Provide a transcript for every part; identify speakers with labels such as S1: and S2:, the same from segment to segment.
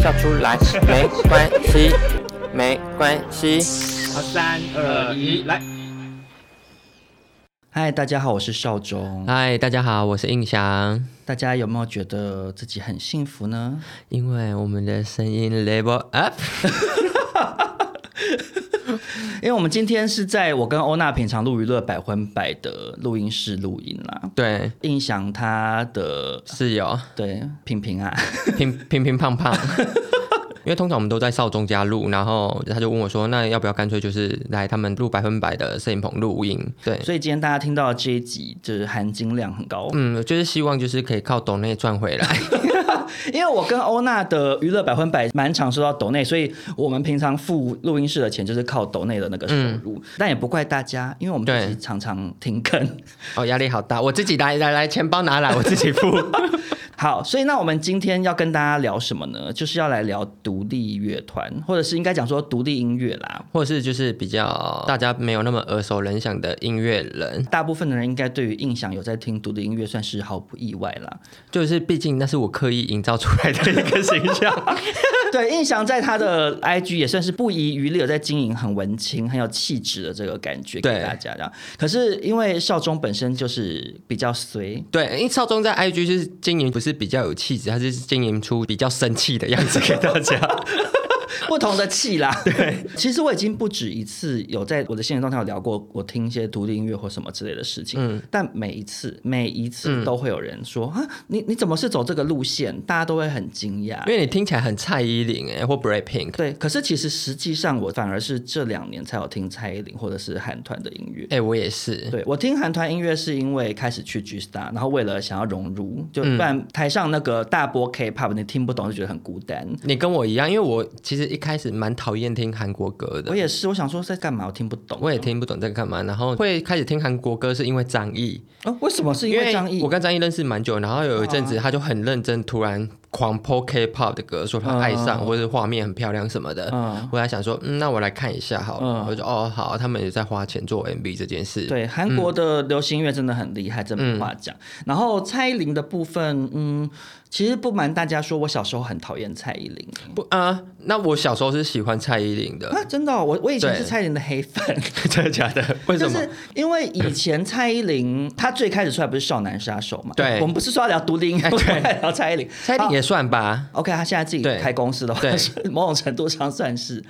S1: 笑出来没关系，没关系。
S2: 好，三二一，来！嗨，大家好，我是邵忠。
S3: 嗨，大家好，我是印翔。
S2: 大家有没有觉得自己很幸福呢？
S3: 因为我们的声音 level up，
S2: 因为我们今天是在我跟欧娜品尝录娱乐百分百的录音室录音啦。
S3: 对，
S2: 印象他的
S3: 是有
S2: 对平平啊，
S3: 平平平胖胖。因为通常我们都在少中家录，然后他就问我说：“那要不要干脆就是来他们录百分百的摄影棚录音？”对，
S2: 所以今天大家听到的这一集就是含金量很高。
S3: 嗯，就是希望就是可以靠抖内赚回来。
S2: 因为我跟欧娜的娱乐百分百蛮常收到抖内，所以我们平常付录音室的钱就是靠抖内的那个收入，但也不怪大家，因为我们
S3: 嗯对
S2: 自己常常停更。
S3: 哦，压力好大，我自己来来来，钱包拿来，我自己付。
S2: 好，所以那我们今天要跟大家聊什么呢？就是要来聊独立乐团，或者是应该讲说独立音乐啦。
S3: 或是就是比较大家没有那么耳熟能详的音乐人，
S2: 大部分的人应该对于印象有在听独立音乐，算是毫不意外啦。
S3: 就是毕竟那是我刻意营造出来的一个形象。
S2: 对，印象在他的 IG 也算是不遗余力的在经营很文青、很有气质的这个感觉给
S3: 对
S2: 大家。这样，可是因为少中本身就是比较随，
S3: 对，因为少中在 IG 是经营，不是比较有气质，他是经营出比较生气的样子给大家。
S2: 不同的气啦。对，其实我已经不止一次有在我的现实状态有聊过，我听一些独立音乐或什么之类的事情。嗯，但每一次每一次都会有人说啊、你你怎么是走这个路线？大家都会很惊讶。
S3: 因为你听起来很蔡依林哎，或 Blackpink
S2: 对，可是其实实际上我反而是这两年才有听蔡依林或者是韩团的音乐。
S3: 哎，我也是。
S2: 对我听韩团音乐是因为开始去 G Star，然后为了想要融入，就不然台上那个大波 K-pop 你听不懂就觉得很孤单。
S3: 你跟我一样，因为我其实一开始蛮讨厌听韩国歌的
S2: 我，也是，我想说在干嘛，我听不懂。
S3: 我也听不懂在干嘛。然后会开始听韩国歌是因为张译，
S2: 哦，为什么是因为张译？哦
S3: 我跟张译认识蛮久，然后有一阵子他就很认真，突然狂 po K-pop 的歌，说他爱上，或者是画面很漂亮什么的。
S2: 哦嗯
S3: 我还想说，嗯，那我来看一下好了。
S2: 嗯
S3: 我就哦好，他们也在花钱做 MV 这件事。
S2: 对，韩
S3: 嗯
S2: 国的流行音乐真的很厉害，真没话讲。然后蔡依林的部分，嗯，其实不瞒大家说，我小时候很讨厌蔡依林
S3: 不啊、那我小时候是喜欢蔡依林的，
S2: 啊，真的哦、我我以前
S3: 对
S2: 是蔡依林的黑粉，
S3: 真的假的？为
S2: 就
S3: 什么？
S2: 是因为以前蔡依林她最开始出来不是少男杀手嘛？
S3: 对
S2: 我们不是说要聊独立音乐，
S3: 哎对
S2: 我们来聊蔡依林，
S3: 蔡依林也算吧。
S2: OK，他现在自己
S3: 对
S2: 开公司的话，
S3: 对
S2: 是 某种程度上算是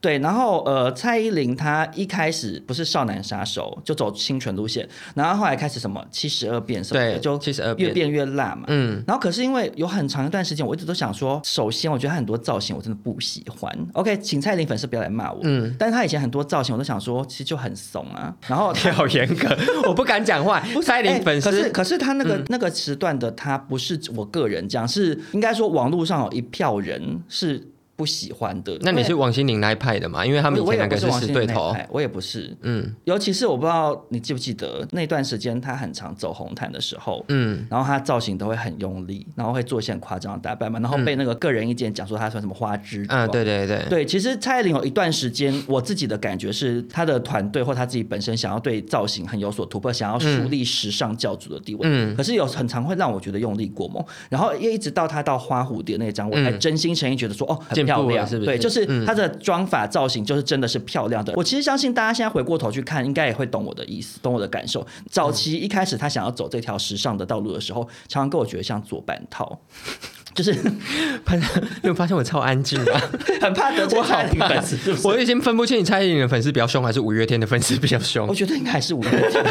S2: 对。然后呃，蔡依林她一开始不是少男杀手，就走清纯路线，然后后来开始什么七十二变什么的，
S3: 对
S2: 就
S3: 72
S2: 越
S3: 变
S2: 变越辣嘛。
S3: 嗯，
S2: 然后可是因为有很长一段时间，我一直都想说，首先我觉得她很多造型我真的不喜欢。OK，请蔡依林粉丝不要来骂我。嗯，但是她以前很多造型我都想说，其实就很怂啊。然 后
S3: 你好严格，我不敢讲 话。蔡依
S2: 哎
S3: 林粉
S2: 可是
S3: 丝，嗯
S2: 可是他那个、那个时段的他不是我个人讲，是应该说网络上有一票人是不喜欢的。
S3: 那你是
S2: 因为
S3: 王心凌那一派的嘛？因为他们以
S2: 我
S3: 前
S2: 也
S3: 两
S2: 不
S3: 个
S2: 是王
S3: 死
S2: 心
S3: 对
S2: 凌那一
S3: 头。
S2: 哎派，我也不是。
S3: 嗯
S2: 尤其是我不知道你记不记得那段时间，他很常走红毯的时候，
S3: 嗯，
S2: 然后他造型都会很用力，然后会做一些很夸张的打扮嘛，然后被那个个人意见讲说他算什么花枝
S3: 嗯啊，
S2: 妆
S3: 对对对，
S2: 对，其实蔡依林有一段时间，我自己的感觉是，她的团队或她自己本身想要对造型很有所突破，想要树立时尚教主的地位。
S3: 嗯
S2: 可是有很常会让我觉得用力过猛，然后又一直到她到花蝴蝶那一张，我才
S3: 嗯
S2: 真心诚意觉得说，哦，很
S3: 进步
S2: 漂
S3: 了
S2: 亮，
S3: 是不嗯
S2: 对，
S3: 是
S2: 就是
S3: 嗯
S2: 她的妆法造型就是真的是漂亮的。我其实相信大家现在回过头去看，应该也会懂我的意
S3: 嗯
S2: 思，懂我的感受。早期一开始她想要走这条时尚的道路的时候，常常跟我觉得像左半套。 就是
S3: 你有发现我超安静啊？
S2: 很怕得罪
S3: 我好
S2: 蔡依林
S3: 怕
S2: 粉丝，是 不是？哦
S3: 我已经分不清你蔡依林的粉丝比较凶，还是五月天的粉丝比较凶
S2: 我。觉得应该还是五月天。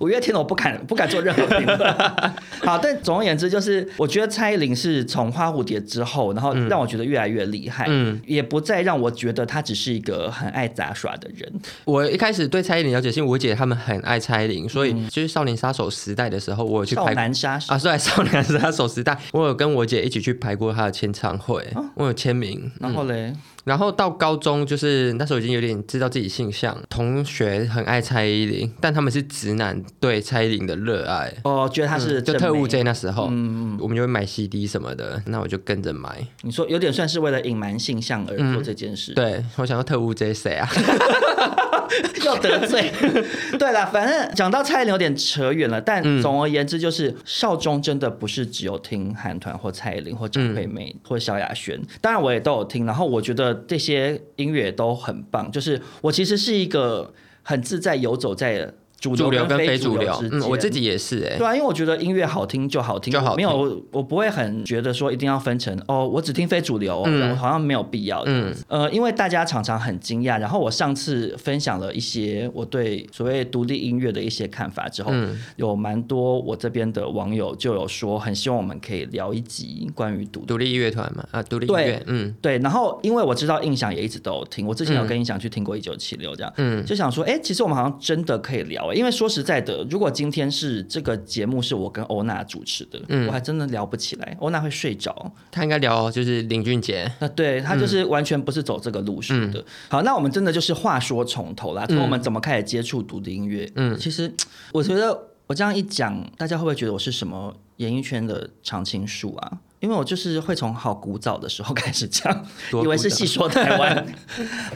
S2: 五月天的我不敢不敢做任何评论。 好，但总而言之，就是我觉得蔡依林是从花蝴蝶之后，然后让我觉得越来越厉害，
S3: 嗯
S2: 也不再让我觉得她只是一个很爱杂耍的人。
S3: 我一开始对蔡依林了解，是因为我姐她们很爱蔡依林，所以就是少年杀手时代的时候，我有去
S2: 嗯少
S3: 拍
S2: 男杀手，
S3: 啊，对， 少年杀手时代，我有跟我姐一起去排过她的签唱会，
S2: 哦
S3: 我有签名。
S2: 然后嘞，
S3: 然后到高中，就是那时候已经有点知道自己性向，同学很爱蔡依林，但他们是直男对蔡依林的热爱。
S2: 哦，觉得她是
S3: 嗯就
S2: 正
S3: 特务
S2: 妹
S3: J 那时候，
S2: 嗯
S3: 我们就会买 CD 什么的，那我就跟着买。
S2: 你说有点算是为了隐瞒性向而
S3: 嗯
S2: 做这件事，
S3: 对，我想要特务 J 谁啊？
S2: 要得罪。 对啦，反正讲到蔡依林有点扯远了，但
S3: 嗯
S2: 总而言之就是，少中真的不是只有听韩团或蔡依林或张惠
S3: 嗯
S2: 妹或萧亚轩，当然我也都有听，然后我觉得这些音乐也都很棒，就是我其实是一个很自在游走在。 主
S3: 主流
S2: 跟
S3: 跟非
S2: 主
S3: 主流，
S2: 之
S3: 嗯，我
S2: 间
S3: 自己也是哎、
S2: 对啊，因为我觉得音乐好听就好听，
S3: 就好
S2: 我没有我我不会很觉得说一定要分成哦，我只听非主流、哦，
S3: 嗯
S2: 我好像没有必要。嗯，呃，因为大家常常很惊讶，然后我上次分享了一些我对所谓独立音乐的一些看法之后，有蛮多我这边的网友就有说，很希望我们可以聊一集关于独立。
S3: 独立乐团嘛，啊，独立音乐
S2: 对，
S3: 嗯，
S2: 对，然后因为我知道印象也一直都有听，我之前有跟印象去听过一九七六这样，嗯，就想说，哎，其实我们好像真的可以聊、诶因为说实在的，如果今天是这个节目是我跟欧娜主持的，我还真的聊不起来，欧娜会睡着。
S3: 他应该聊就是林俊杰，
S2: 那对他
S3: 嗯
S2: 就是完全不是走这个路数的。好，那我们真的就是话说从头啦，从我们
S3: 嗯
S2: 怎么开始接触独立音乐，嗯，其实我觉得我这样一讲，大家会不会觉得我是什么演艺圈的常青树啊？因为我就是会从好古早的时候 开始讲，
S3: 多
S2: 以为是
S3: 古早嗯
S2: 细说台 湾。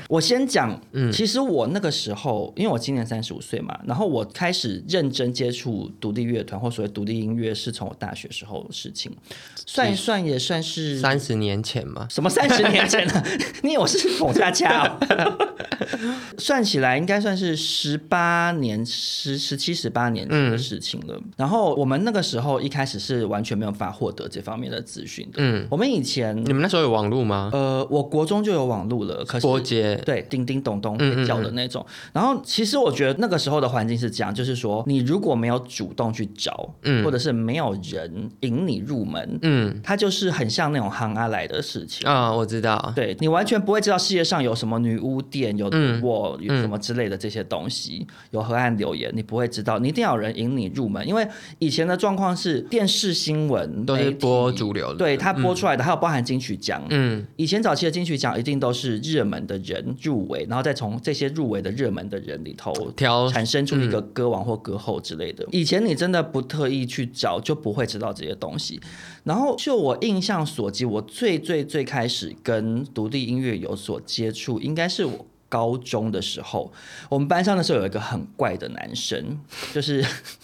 S2: 我先讲，其实我那个时候，因为我今年三十五岁嘛，然后我开始认真接触独立乐团或所谓独立音乐，是从我大学时候的事情。算一算也算是
S3: 三十年前嘛，
S2: 什么三十年前啊？ 你以为我是冯恰恰哦？ 算起来应该算是十八年、十十七、十八年
S3: 嗯
S2: 前的事情了。然后我们那个时候一开始是完全没有办法获得这方面的资讯的。嗯，我们以前
S3: 你们那时候有网络吗？
S2: 呃，我国中就有网络了，呃可是
S3: 波姐，嗯
S2: 对，叮叮咚咚会叫的那种。然后其实我觉得那个时候的环境是这样，就是说你如果没有主动去找，或者是没有人引你入门，
S3: 嗯，
S2: 它就是很像那种行阿来的事情。
S3: 啊，我知道，
S2: 对你完全不会知道世界上有什么女巫店、有
S3: 嗯
S2: 我、有什么之类的这些东西，有河岸留言，你不会知道，你一定要有人引你入门，因为以前的状况是电视新闻
S3: 都是
S2: 媒体
S3: 播主流的，
S2: 对它播出来的，还有包含金曲奖，
S3: 嗯，
S2: 以前早期的金曲奖一定都是热门的人入围，然后再从这些入围的热门的人里头
S3: 挑
S2: 产生出一个歌王或歌后之类的。以前你真的不特意去找，就不会知道这些东西。然后就我印象所及，我最最最开始跟独立音乐有所接触，应该是我。高中的时候，我们班上的时候有一个很怪的男生，就是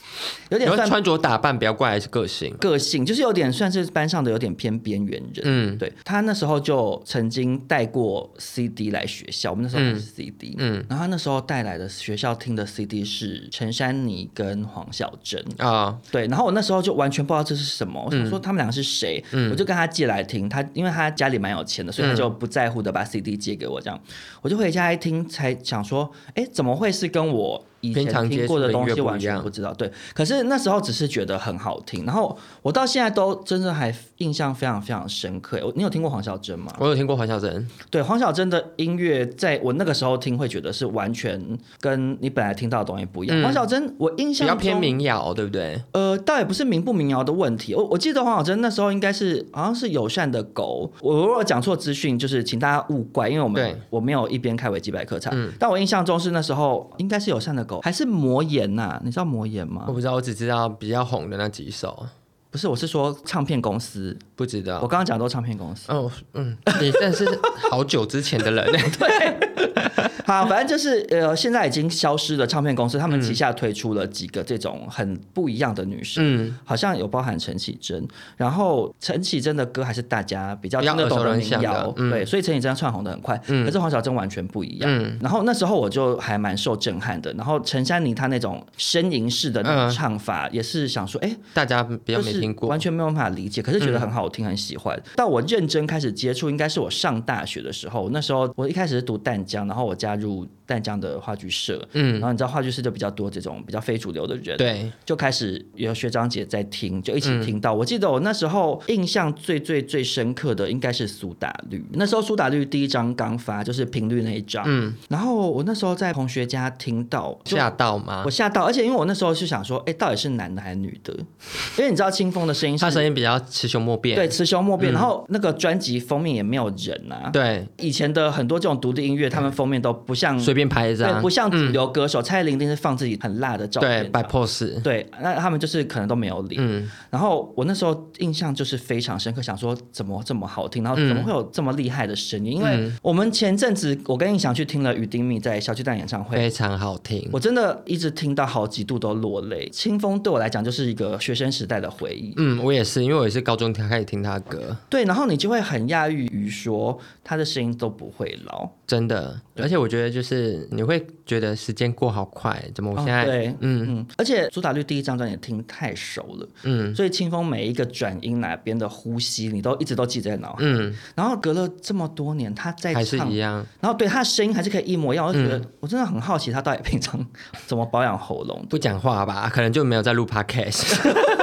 S2: 有点
S3: 然后
S2: 算
S3: 穿着打扮比较怪还是个性，
S2: 个性，就是有点算是班上的有点偏边缘人。
S3: 嗯
S2: 对他那时候就曾经带过 CD 来学校，我们那时候还是 CD，嗯，然后他那时候带来的学校听的 CD 是陈珊妮跟黄小珍。
S3: 啊，
S2: 对，然后我那时候就完全不知道这是什么，我想说他们俩是谁，我就跟他借来听。他因为他家里蛮有钱的，所以他就不在乎的把 CD 借给我，这样、我就回家一听，才想说，哎，怎么会是跟我以
S3: 平常
S2: 前
S3: 接
S2: 听
S3: 触
S2: 过
S3: 的
S2: 东
S3: 音乐
S2: 西
S3: 不
S2: 完
S3: 一
S2: 全
S3: 样
S2: 不知道？对，可是那时候只是觉得很好听，然后我到现在都真的还印象非常非常深刻。我你有听过黄小珍吗？
S3: 我有听过黄小珍，
S2: 对，黄小珍的音乐，在我那个时候听会觉得是完全跟你本来听到的东西不一样。黄小珍，我印
S3: 比
S2: 象
S3: 较
S2: 中
S3: 偏民谣，对不对？
S2: 呃，倒也不是民不民谣的问题。我我记得黄小珍那时候应该是好像是友善的狗。我如果讲错资讯，就是请大家勿怪，因为我
S3: 对
S2: 们我没有一边开维基百科查。但我印象中是那时候应该是友善的狗，还是魔岩呐、你知道魔岩吗
S3: 我？不知道，我只知道比较红的那几首，
S2: 不是，我是说唱片公司。
S3: 不知道
S2: 我。刚刚讲的都唱片公司。
S3: 哦，嗯，你真的是好久之前的人，
S2: 好，反正就是呃，现在已经消失的唱片公司，他们旗下推出了几个这种很不一样的女生，
S3: 嗯，
S2: 好像有包含陈绮贞，然后陈绮贞的歌还是大家比较听得懂
S3: 比较
S2: 民
S3: 耳熟能详
S2: 谣
S3: 的，嗯
S2: 对，所以陈绮贞窜红的很快，可是黄小珍完全不一样。
S3: 嗯
S2: 然后那时候我就还蛮受震撼的，然后陈珊妮她那种呻吟式的
S3: 嗯
S2: 那种唱法，也是想说，哎、
S3: 大家比较没听
S2: 就是
S3: 过嗯
S2: 完。全没有办法理解，可是觉得很好听，很喜欢。到我认真开始接触，应该是我上大学的时候，那时候我一开始是读淡江，然后我加入淡淡江的话剧社，
S3: 嗯
S2: 然后你知道话剧社就比较多这种比较非主流的人，，
S3: 对，嗯
S2: 就开始有学长姐在听，就一起听到。我记得我那时候印象最最最深刻的应该是苏打绿，那时候苏打绿第一张刚发就是频率那一张，
S3: 嗯，
S2: 然后我那时候在同学家听到，就
S3: 吓到吗
S2: 我？吓到，而且因为我那时候是想说，哎、到底是男的还是女的？ 因为你知道清风的声音是
S3: 他声音比较雌雄莫辨，
S2: 对雌雄莫辨，然后那个专辑封面也没有人啊。，
S3: 对，
S2: 以前的很多这种独立音乐，他们封面都不像
S3: 随便拍一
S2: 嗯对，
S3: 张，
S2: 不像主
S3: 嗯
S2: 流歌手，蔡依林一定是放自己很辣的照片
S3: 对
S2: 嘛，
S3: 摆 pose，
S2: 对，那他们就是可能都没有理。
S3: 嗯，
S2: 然后我那时候印象就是非常深刻，想说怎么这么好听，
S3: 嗯
S2: 然后怎么会有这么厉害的声音？因为我们前阵子我跟印翔去听了于丁密在小巨蛋演唱会，
S3: 非常好听，
S2: 我真的一直听到好几度都落泪。清风对我来讲就是一个学生时代的回忆，
S3: 嗯，我也是，因为我也是高中开始听他歌，
S2: 对，然后你就会很讶异于说他的声音都不会老，
S3: 真的，而且我觉得就是你会觉得时间过好快，怎么我现在、
S2: 哦、对，嗯嗯，而且苏打绿第一张专辑听太熟了，
S3: 嗯
S2: 所以清风每一个转音哪边的呼吸你都一直都记在脑海。
S3: 嗯
S2: 然后隔了这么多年，他在
S3: 还是
S2: 唱
S3: 一，样，
S2: 然后对他的声音还是可以一模一样，我就觉得、我真的很好奇他到底平常怎么保养喉咙的。
S3: 不讲话吧， 可能就没有在录 podcast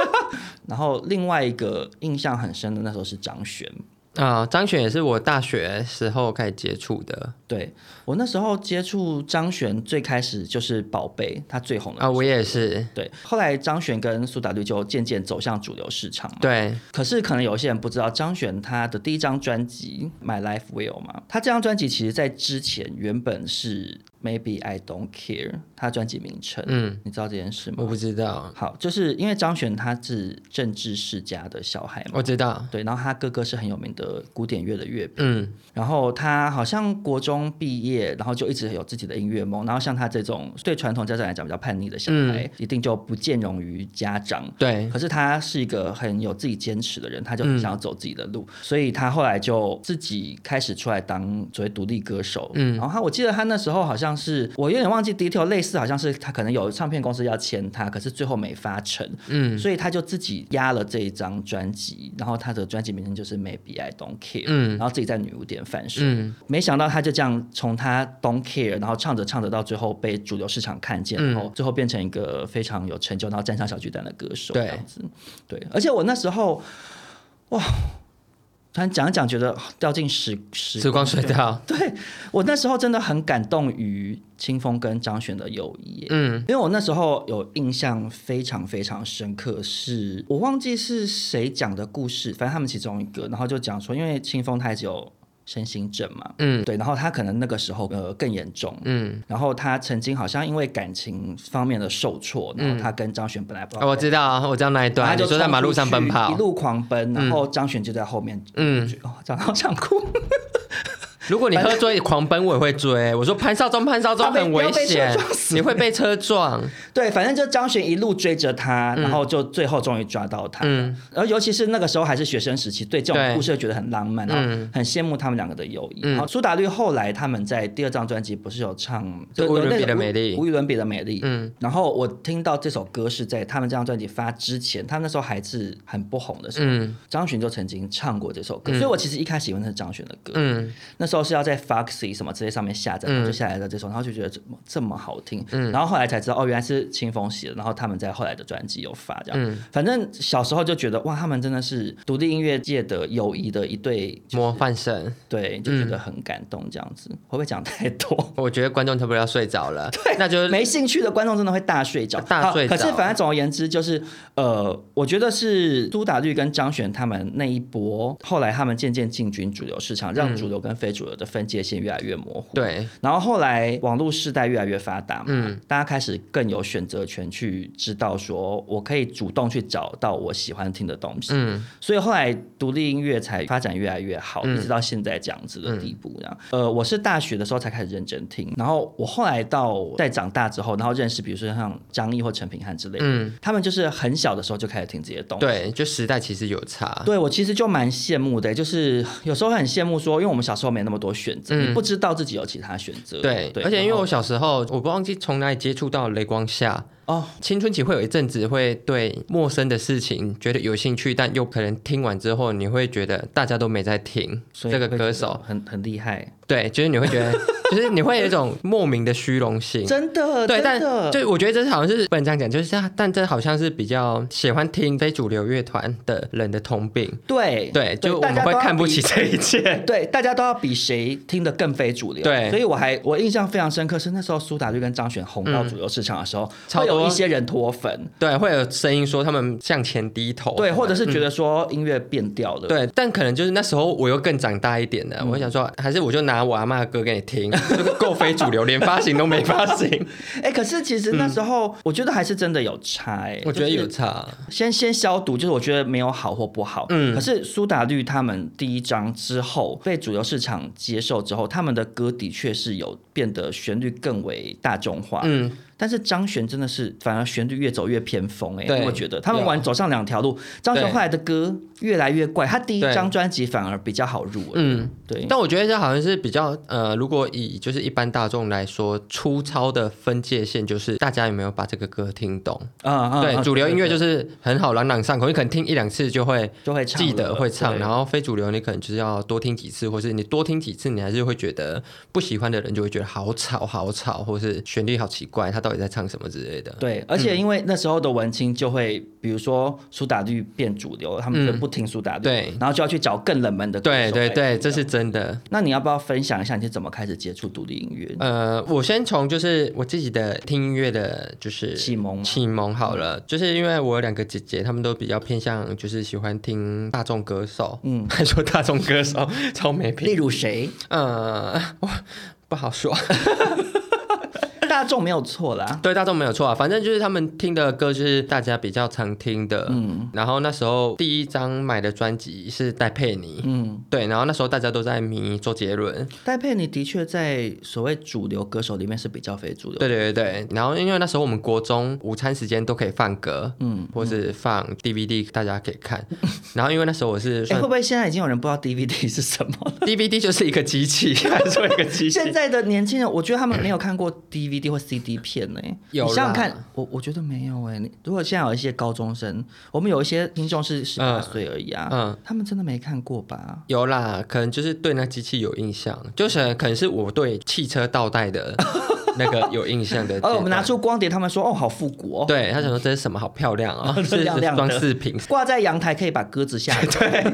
S2: 然后另外一个印象很深的那时候是张悬，
S3: 啊、张悬也是我大学时候开始接触的
S2: 对我那时候接触张悬，最开始就是《宝贝》，他最红的
S3: 啊，我
S2: 也
S3: 也是，
S2: 对。后来张悬跟苏打绿就渐渐走向主流市场嘛。
S3: 对，
S2: 可是可能有些人不知道，张悬他的第一张专辑《My Life Will》嘛，他这张专辑其实在之前原本是 Maybe I Don't Care，他专辑名称。
S3: 嗯，
S2: 你知道这件事
S3: 我
S2: 吗？
S3: 不知道，
S2: 好，就是因为张悬他是政治世家的小孩嘛
S3: 我，知道，
S2: 对，然后他哥哥是很有名的古典乐的乐评。
S3: 嗯，
S2: 然后他好像国中毕业，然后就一直有自己的音乐梦。然后像他这种对传统家长来讲比较叛逆的小孩，一定就不见容于家长。
S3: 对
S2: 可，是他是一个很有自己坚持的人，他就很想要走自己的路，所以他后来就自己开始出来当所谓独立歌手。嗯，然后他我记得他那时候好像是我有点忘记 detail，类似好像是他可能有唱片公司要签他，可是最后没发成，
S3: 嗯
S2: 所以他就自己压了这一张专辑，然后他的专辑名称就是 Maybe I Don't Care，、
S3: 嗯
S2: 然后自己在女巫店贩售。
S3: 嗯
S2: 没想到他就这样从他 Don't Care，然后唱着唱着到最后被主流市场看见，
S3: 嗯
S2: 然后最后变成一个非常有成就，然后站上小巨蛋的歌手
S3: 对
S2: 这样子。对，而且我那时候哇，突然讲一讲，觉得掉进时时
S3: 时光隧道，
S2: 对我那时候真的很感动于清风跟张悬的友谊耶。
S3: 嗯
S2: 因为我那时候有印象非常非常深刻是，我忘记是谁讲的故事，反正他们其中一个，然后就讲说，因为清风他一直有身心症嘛，
S3: 嗯
S2: 对，然后他可能那个时候呃更严重，
S3: 嗯，
S2: 然后他曾经好像因为感情方面的受挫，
S3: 嗯
S2: 然后他跟张悬本来不知
S3: 啊
S2: 道，
S3: 我知道，我知道那一
S2: 然后
S3: 段，
S2: 他
S3: 啊你
S2: 就
S3: 说在马路上奔
S2: 冲出去
S3: 跑
S2: 一，路狂奔，然后张悬就在后面，
S3: 嗯
S2: 嗯，哦，讲到想哭，
S3: 如果你喝醉狂奔，我也会追。我说潘少忠，潘少忠
S2: 他被
S3: 很危
S2: 不要被
S3: 险
S2: 车撞，死
S3: 你会被车撞。
S2: 对，反正就张悬一路追着他，然后就最后终于抓到他。
S3: 嗯
S2: 然后尤其是那个时候还是学生时期，对这
S3: 对
S2: 种故事就觉得很浪漫，然
S3: 嗯
S2: 后很羡慕他们两个的友谊。
S3: 嗯
S2: 然后苏打绿后来他们在第二张专辑不是有唱
S3: 对
S2: 就
S3: 无与
S2: 有
S3: 伦
S2: 那
S3: 比
S2: 个
S3: 的美丽
S2: 无与伦比的美丽。
S3: 嗯
S2: 然后我听到这首歌是在他们这张专辑发之前，他们那时候还是很不红的时候，
S3: 嗯
S2: 张悬就曾经唱过这首歌，所以我其实一开始以为那是张悬的歌，
S3: 嗯，
S2: 那时候是要在 Foxy 什么之类上面下载，
S3: 嗯
S2: 然后就下载了这首，然后就觉得怎么这么好听，然后后来才知道哦，原来是清风写的，然后他们在后来的专辑有发这样，
S3: 嗯
S2: 反正小时候就觉得哇，他们真的是独立音乐界的友谊的一对，
S3: 模范生，
S2: 对，就觉得很感动这样子，
S3: 嗯
S2: 会不会讲太多？
S3: 我觉得观众差不多要睡着了。那就
S2: 没兴趣的观众真的会大睡着，
S3: 呃大
S2: 好
S3: 睡着
S2: 可是反正总而言之，就是呃，我觉得是苏打绿跟张悬他们那一波，后来他们渐渐进军主流市场，
S3: 嗯
S2: 让主流跟非主流的分界线越来越模糊。
S3: 对，
S2: 然后后来网络时代越来越发达嘛，
S3: 嗯
S2: 大家开始更有选择权，去知道说我可以主动去找到我喜欢听的东西。
S3: 嗯
S2: 所以后来独立音乐才发展越来越好，一直到现在这样子的地步。这样，
S3: 嗯
S2: 呃，我是大学的时候才开始认真听，然后我后来到在长大之后，然后认识比如说像张译或陈品翰之类的，
S3: 嗯，
S2: 他们就是很小的时候就开始听这些东西。
S3: 对，啊就时代其实有差。
S2: 对，我其实就蛮羡慕的，就是有时候很羡慕说，因为我们小时候没那么多选择，
S3: 嗯
S2: 你不知道自己有其他选择。
S3: 对，而且因为
S2: 然后
S3: 我小时候，我不忘记从哪里接触到雷光下，
S2: 哦，
S3: 青春期会有一阵子会对陌生的事情觉得有兴趣，但又可能听完之后，你会觉得大家都没在听
S2: 所以
S3: 这个
S2: 会觉
S3: 歌
S2: 得
S3: 手，
S2: 很很厉害，
S3: 对，就是你会觉 得，就是你会有一种莫名的虚荣心。
S2: 真的，
S3: 对，但
S2: 真的
S3: 就我觉得这是好像是不能这样讲，就是这样但这好像是比较喜欢听非主流乐团的人的通病。
S2: 对
S3: 对，就我
S2: 大
S3: 们
S2: 家
S3: 会
S2: 都要
S3: 看不
S2: 比
S3: 起这一切。
S2: 对，大家都要比谁听得更非主流。
S3: 对
S2: 所以我还我印象非常深刻是那时候苏打绿跟张悬红到主流市场的时候，
S3: 嗯超
S2: 会有
S3: 多
S2: 一些人脱粉，
S3: 对，会有声音说他们向前低头。
S2: 对，或者是觉得说音乐变调了。
S3: 嗯对，但可能就是那时候我又更长大一点了，
S2: 嗯
S3: 我想说，还是我就拿我阿妈的歌给你听， 这个够非主流，连发行都没发 行，
S2: 哎、可是其实那时候我觉得还是真的有差、哎，
S3: 嗯我觉得
S2: 就是
S3: 有差。
S2: 先先消毒，就是我觉得没有好或不好。嗯，可是苏打绿他们第一张之后被主流市场接受之后，他们的歌的确是有变得旋律更为大众化。嗯。但是张悬真的是，反而旋律越走越偏锋哎、
S3: 对
S2: 我觉得他们
S3: 有
S2: 玩走上两条路。张悬
S3: 对
S2: 后来的歌越来越怪，他第一
S3: 对
S2: 张专辑反而比较好入耳。
S3: 嗯，
S2: 对，
S3: 但我觉得这好像是比较呃，如果以就是一般大众来说，粗糙的分界线就是大家有没有把这个歌听懂。
S2: 嗯嗯
S3: 对，
S2: 嗯
S3: 主流音乐
S2: 对
S3: 就是很好朗朗上口，你可能听一两次就会
S2: 就会唱
S3: 记得
S2: 了
S3: 会唱，
S2: 对
S3: 然后非主流你可能就是要多听几次，或是你多听几次，你还是会觉得不喜欢的人就会觉得好吵好吵，或是旋律好奇怪，他到底在唱什么之类的。嗯
S2: 对，而且因为那时候的文青就会，比如说苏打绿变主流，他们就不听苏打
S3: 嗯
S2: 绿，
S3: 对
S2: 然后就要去找更冷门的歌
S3: 对
S2: 手
S3: 对
S2: 来
S3: 对，
S2: 听
S3: 这是真的。
S2: 那你要不要分享一下你是怎么开始接触独立音乐？
S3: 呃，我先从就是我自己的听音乐的，就是嗯
S2: 启蒙吗
S3: 启蒙好了，就是因为我有两个姐姐，她们都比较偏向就是喜欢听大众歌手，嗯， 还说大众歌手超没
S2: 例
S3: 品，
S2: 如谁？
S3: 呃，我不好说。
S2: 大众没有错啦，
S3: 对，大众没有错啊，反正就是他们听的歌就是大家比较常听的，嗯，然后那时候第一张买的专辑是戴佩妮，
S2: 嗯，
S3: 对，然后那时候大家都在迷周杰伦，
S2: 戴佩妮的确在所谓主流歌手里面是比较非主流。
S3: 对对对对，然后因为那时候我们国中午餐时间都可以放歌，嗯，或是放 DVD 大家可以 看，然后因为那时候我是
S2: 哎、
S3: 算
S2: 会不 会现在已经有人不知道 DVD 是什么了？
S3: DVD 就是一个机 器，还做一个机器，
S2: 现在的年轻人，我觉得他们没有看过 DVD 或 CD 片呢、
S3: 有啦
S2: 你想想看，我我觉得没有哎、你如果现在有一些高中生，我们有一些听众是十八岁而已啊，
S3: 嗯
S2: 他们真的没看过吧？
S3: 有啦，可能就是对那机器有印象，就是可能是我对汽车倒带 的那个有印象的阶段。
S2: 哦而我们拿出光碟，他们说哦，好复古哦。
S3: 呃对他想说这是什么好漂亮啊、哦， 是
S2: 亮亮的
S3: 装饰品。
S2: 挂在阳台可以把鸽 子吓走。对，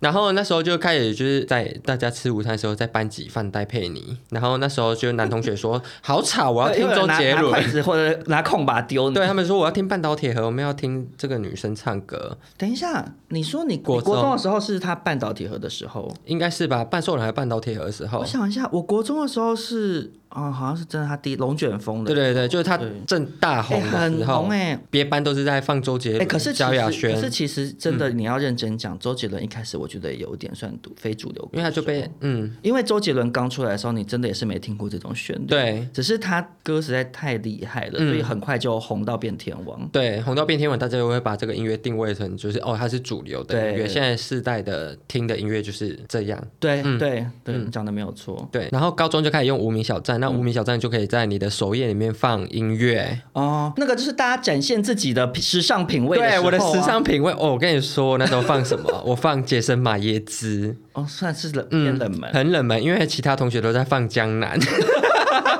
S3: 然后那时候就开始就是在大家吃午餐的时候，在班级放戴佩妮。然后那时候就男同学说好吵，我要听周杰
S2: 拿 拿筷
S3: 伦。
S2: 子或者拿空把它丢你。
S3: 对他啊们说我要听半导体和我们要听这个女生唱歌，
S2: 等一下，你说你
S3: 国中
S2: 国国中的时候是他半导体盒的时候，
S3: 应该是吧？半兽人还是半导体和的时候
S2: 我。想一下，我国中的时候是啊、好像是真的他第一龙卷风的。
S3: 对对对，就是他正大红
S2: 哎
S3: 的
S2: 很
S3: 时候
S2: 红，哎
S3: 别班都是在放周杰
S2: 哎、
S3: 伦、
S2: 可是其
S3: 萧亚
S2: 实，
S3: 轩嗯
S2: 可，是其实真的，你要认真讲，周杰伦一开始我觉得有点算独非主流歌手，
S3: 因为他就被嗯
S2: 因为周杰伦刚出来的时候，你真的也是没听过这种旋律，，
S3: 对
S2: 只是他歌实在太厉害了，
S3: 嗯
S2: 所以很快就红到变天王。
S3: 对红到变天王，大家就会把这个音乐定位成就是哦，它是主流的音乐。
S2: 对
S3: 现在世代的听的音乐就是这样。
S2: 对、
S3: 嗯
S2: 对对，你讲的没有错
S3: 对，然后高中就开始用无名小站，那
S2: 嗯
S3: 无名小站就可以在你的首页里面放音乐。
S2: 哦。那个就是大家展现自己的时尚品味、
S3: 对，我的
S2: 时候啊
S3: 时尚品味哦，我跟你说，那时候放什么？ 我放杰森马耶兹，
S2: 哦，算是冷偏冷门。
S3: 嗯很冷门，因为其他同学都在放江南，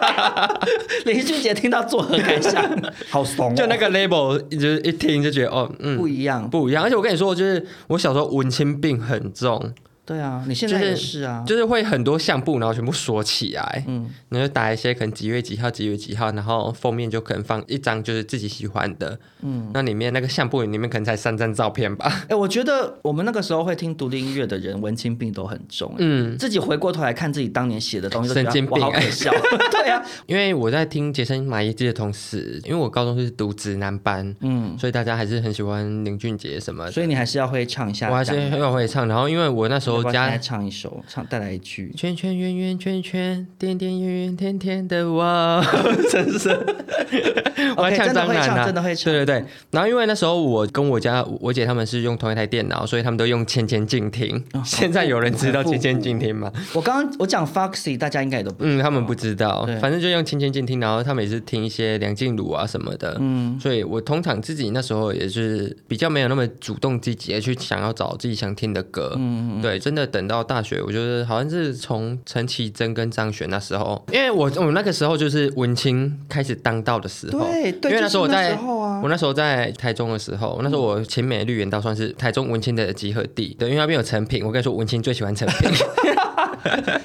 S2: 林俊杰听到作何感 想？好怂、哦，
S3: 就那个 label 就是一听就觉得哦，
S2: 不
S3: 嗯，
S2: 一样。
S3: 不一样。而且我跟你说，就是我小时候文青病很重，
S2: 对啊，你现
S3: 就
S2: 在
S3: 是
S2: 也是啊。
S3: 就是会很多相簿，然后全部锁起来，嗯，然后就打一些可能几月几号、几月几号，然后封面就可能放一张就是自己喜欢的，嗯，那里面那个相簿里面可能才三张照片吧，
S2: 哎、我觉得我们那个时候会听独立音乐的人，文青病都很重、哎
S3: 嗯，
S2: 自己回过头来看自己当年写的东西，都觉得
S3: 神经病
S2: 哇好可 笑。对啊，
S3: 因为我在听杰森马耶基的同时，因为我高中是读直男班，
S2: 嗯，
S3: 所以大家还是很喜欢林俊杰什么的。
S2: 所以你还是要会唱一下。
S3: 我还是
S2: 这样
S3: 很会唱，然后因为我那时手
S2: 要不要
S3: 加
S2: 现在唱一首，唱带来一句，
S3: 圈圈圆圆圈圈，点点圆圆甜甜的我， 真 是，我还
S2: OK，
S3: 唱
S2: 真的
S3: 张
S2: 会
S3: 兰
S2: 唱，
S3: 啊
S2: 真的会唱。
S3: 对对对，然后因为那时候我跟我家我姐他们是用同一台电脑，所以他们都用千千静听。
S2: 哦
S3: 现在有人知道千千静听吗？
S2: 我刚刚我讲 Foxy，大家应该也都 不，
S3: 嗯，他们不知道
S2: 对，
S3: 反正就用千千静听，然后他们也是听一些梁静茹啊什么的。嗯，所以我通常自己那时候也是比较没有那么主动积极的去想要找自己想听的歌。嗯对，真的等到大学，我觉得好像是从陈绮贞跟张悬那时候，因为我我那个时候就是文青开始当道的时候。
S2: 对对，
S3: 因为
S2: 就
S3: 那
S2: 是
S3: 时候我在
S2: 时候啊
S3: 我，那时候在台中的时候，那时候我秦美绿园道算是台中文青的集合地，对，因为那边有成品。我跟你说，文青最喜欢成 品，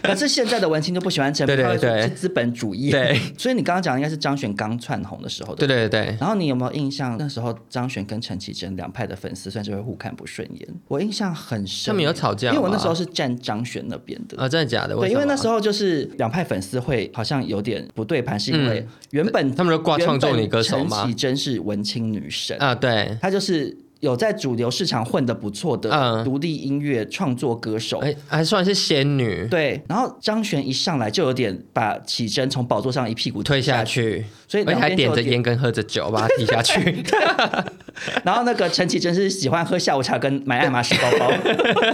S2: 可是现在的文青就不喜欢陈，
S3: 对对
S2: 他会说
S3: 对
S2: 是资本主义。
S3: 对，
S2: 所以你刚刚讲的应该是张悬刚窜红的时候，
S3: 对
S2: 对不对。
S3: 对对
S2: 然后你有没有印象？那时候张悬跟陈绮贞两派的粉丝算是会互看不顺眼，我印象很深。
S3: 他们有吵架
S2: 因为我
S3: 吗
S2: 那时候是站张悬那边的
S3: 对，。啊，真的假的？
S2: 对，因为那时
S3: 候
S2: 候就是两派粉丝会好像有点不对盘，是因为原本、
S3: 他们嗯都挂
S2: 原
S3: 创作
S2: 本
S3: 女歌手
S2: 陈
S3: 吗
S2: 绮？贞是文青女神，
S3: 啊，对，
S2: 她就是有在主流市场混得不错的
S3: 嗯
S2: 独立音乐创作歌手。
S3: 哎，还算是仙女，
S2: 对，然后张悬一上来就有点把绮贞从宝座上一屁股
S3: 推下
S2: 去，
S3: 去，
S2: 所以
S3: 而且
S2: 两
S3: 还
S2: 边就
S3: 点
S2: 有
S3: 着烟跟喝着酒把它踢下 去。
S2: 然后那个陈绮贞是喜欢喝下午茶跟买爱马仕包包，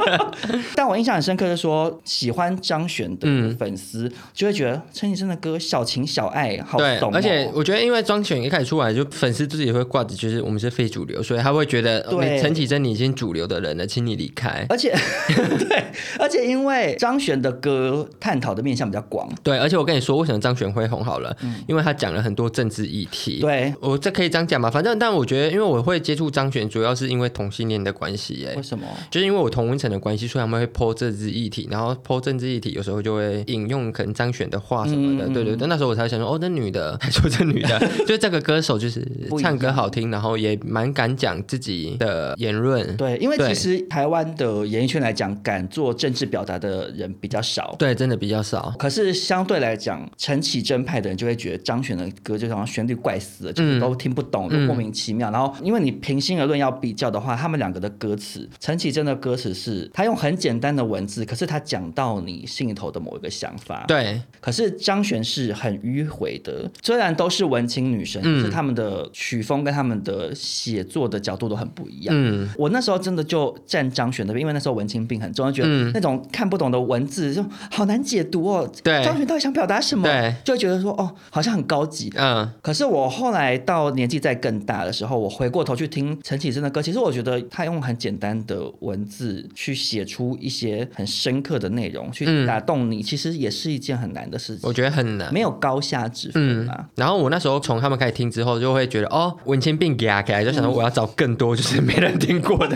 S2: 但我印象很深刻是说，喜欢张悬的粉丝就会觉得陈绮贞的歌小情小爱好
S3: 对
S2: 懂、哦，，
S3: 而且我觉得因为张悬一开始出来，就粉丝自己会挂着，就是我们是非主流，所以他会觉得呃
S2: 对
S3: 你陈绮贞你已经主流的人了，请你离开。
S2: 而且 对，而且因为张悬的歌探讨的面向比较广，
S3: 对，而且我跟你说，为什么张悬会红好了？因为他讲了很多政治议题。，
S2: 嗯对，
S3: 我这可以这样讲嘛？反正，但我觉得，因为我会接触张悬，主要是因为同性恋的关系耶、
S2: 为什么？
S3: 就是因为我同温层的关系，所以他们会剖政治议题，然后剖政治议题有时候就会引用可能张悬的话什
S2: 嗯
S3: 么的，对对对。那时候我才想说，哦，那女的 还说这女的，就这个歌手就是
S2: 不一样
S3: 唱歌好听，然后也蛮敢讲自己的言论，
S2: 对，因为
S3: 对
S2: 其实台湾的演艺圈来讲，敢做政治表达的人比较少。
S3: 对，真的比较少。
S2: 可是相对来讲，陈绮贞派的人就会觉得张悬的歌就好像旋律怪死了，就是都听不懂，都莫名其妙。然后，因为你平心而论要比较的话，他们两个的歌词，陈绮贞的歌词是她用很简单的文字，可是她讲到你心里头的某一个想法。
S3: 对，
S2: 可是张悬是很迂回的，虽然都是文青女生，可是他们的曲风跟他们的写作的角度都很不一样。
S3: 嗯，
S2: 我那时候真的就站张悬那边，因为那时候文青病很重，就觉
S3: 嗯
S2: 得那种看不懂的文字就好难解读哦。
S3: 对
S2: 张悬到底想表达什么？
S3: 对
S2: 就会觉得说哦，好像很高级。
S3: 嗯，
S2: 可是我后来到年纪再更大的时候，我回过头去听陈绮贞的歌，其实我觉得她用很简单的文字去写出一些很深刻的内容，
S3: 嗯
S2: 去打动你，其实也是一件很难的事情
S3: 我。觉得很难。
S2: 没有高下之分啊
S3: 嗯
S2: 啦，，
S3: 然后我那时候从他们开始听之后，就会觉得哦，文青病压起来，就想
S2: 嗯
S3: 说我要找更多就是没人听过的。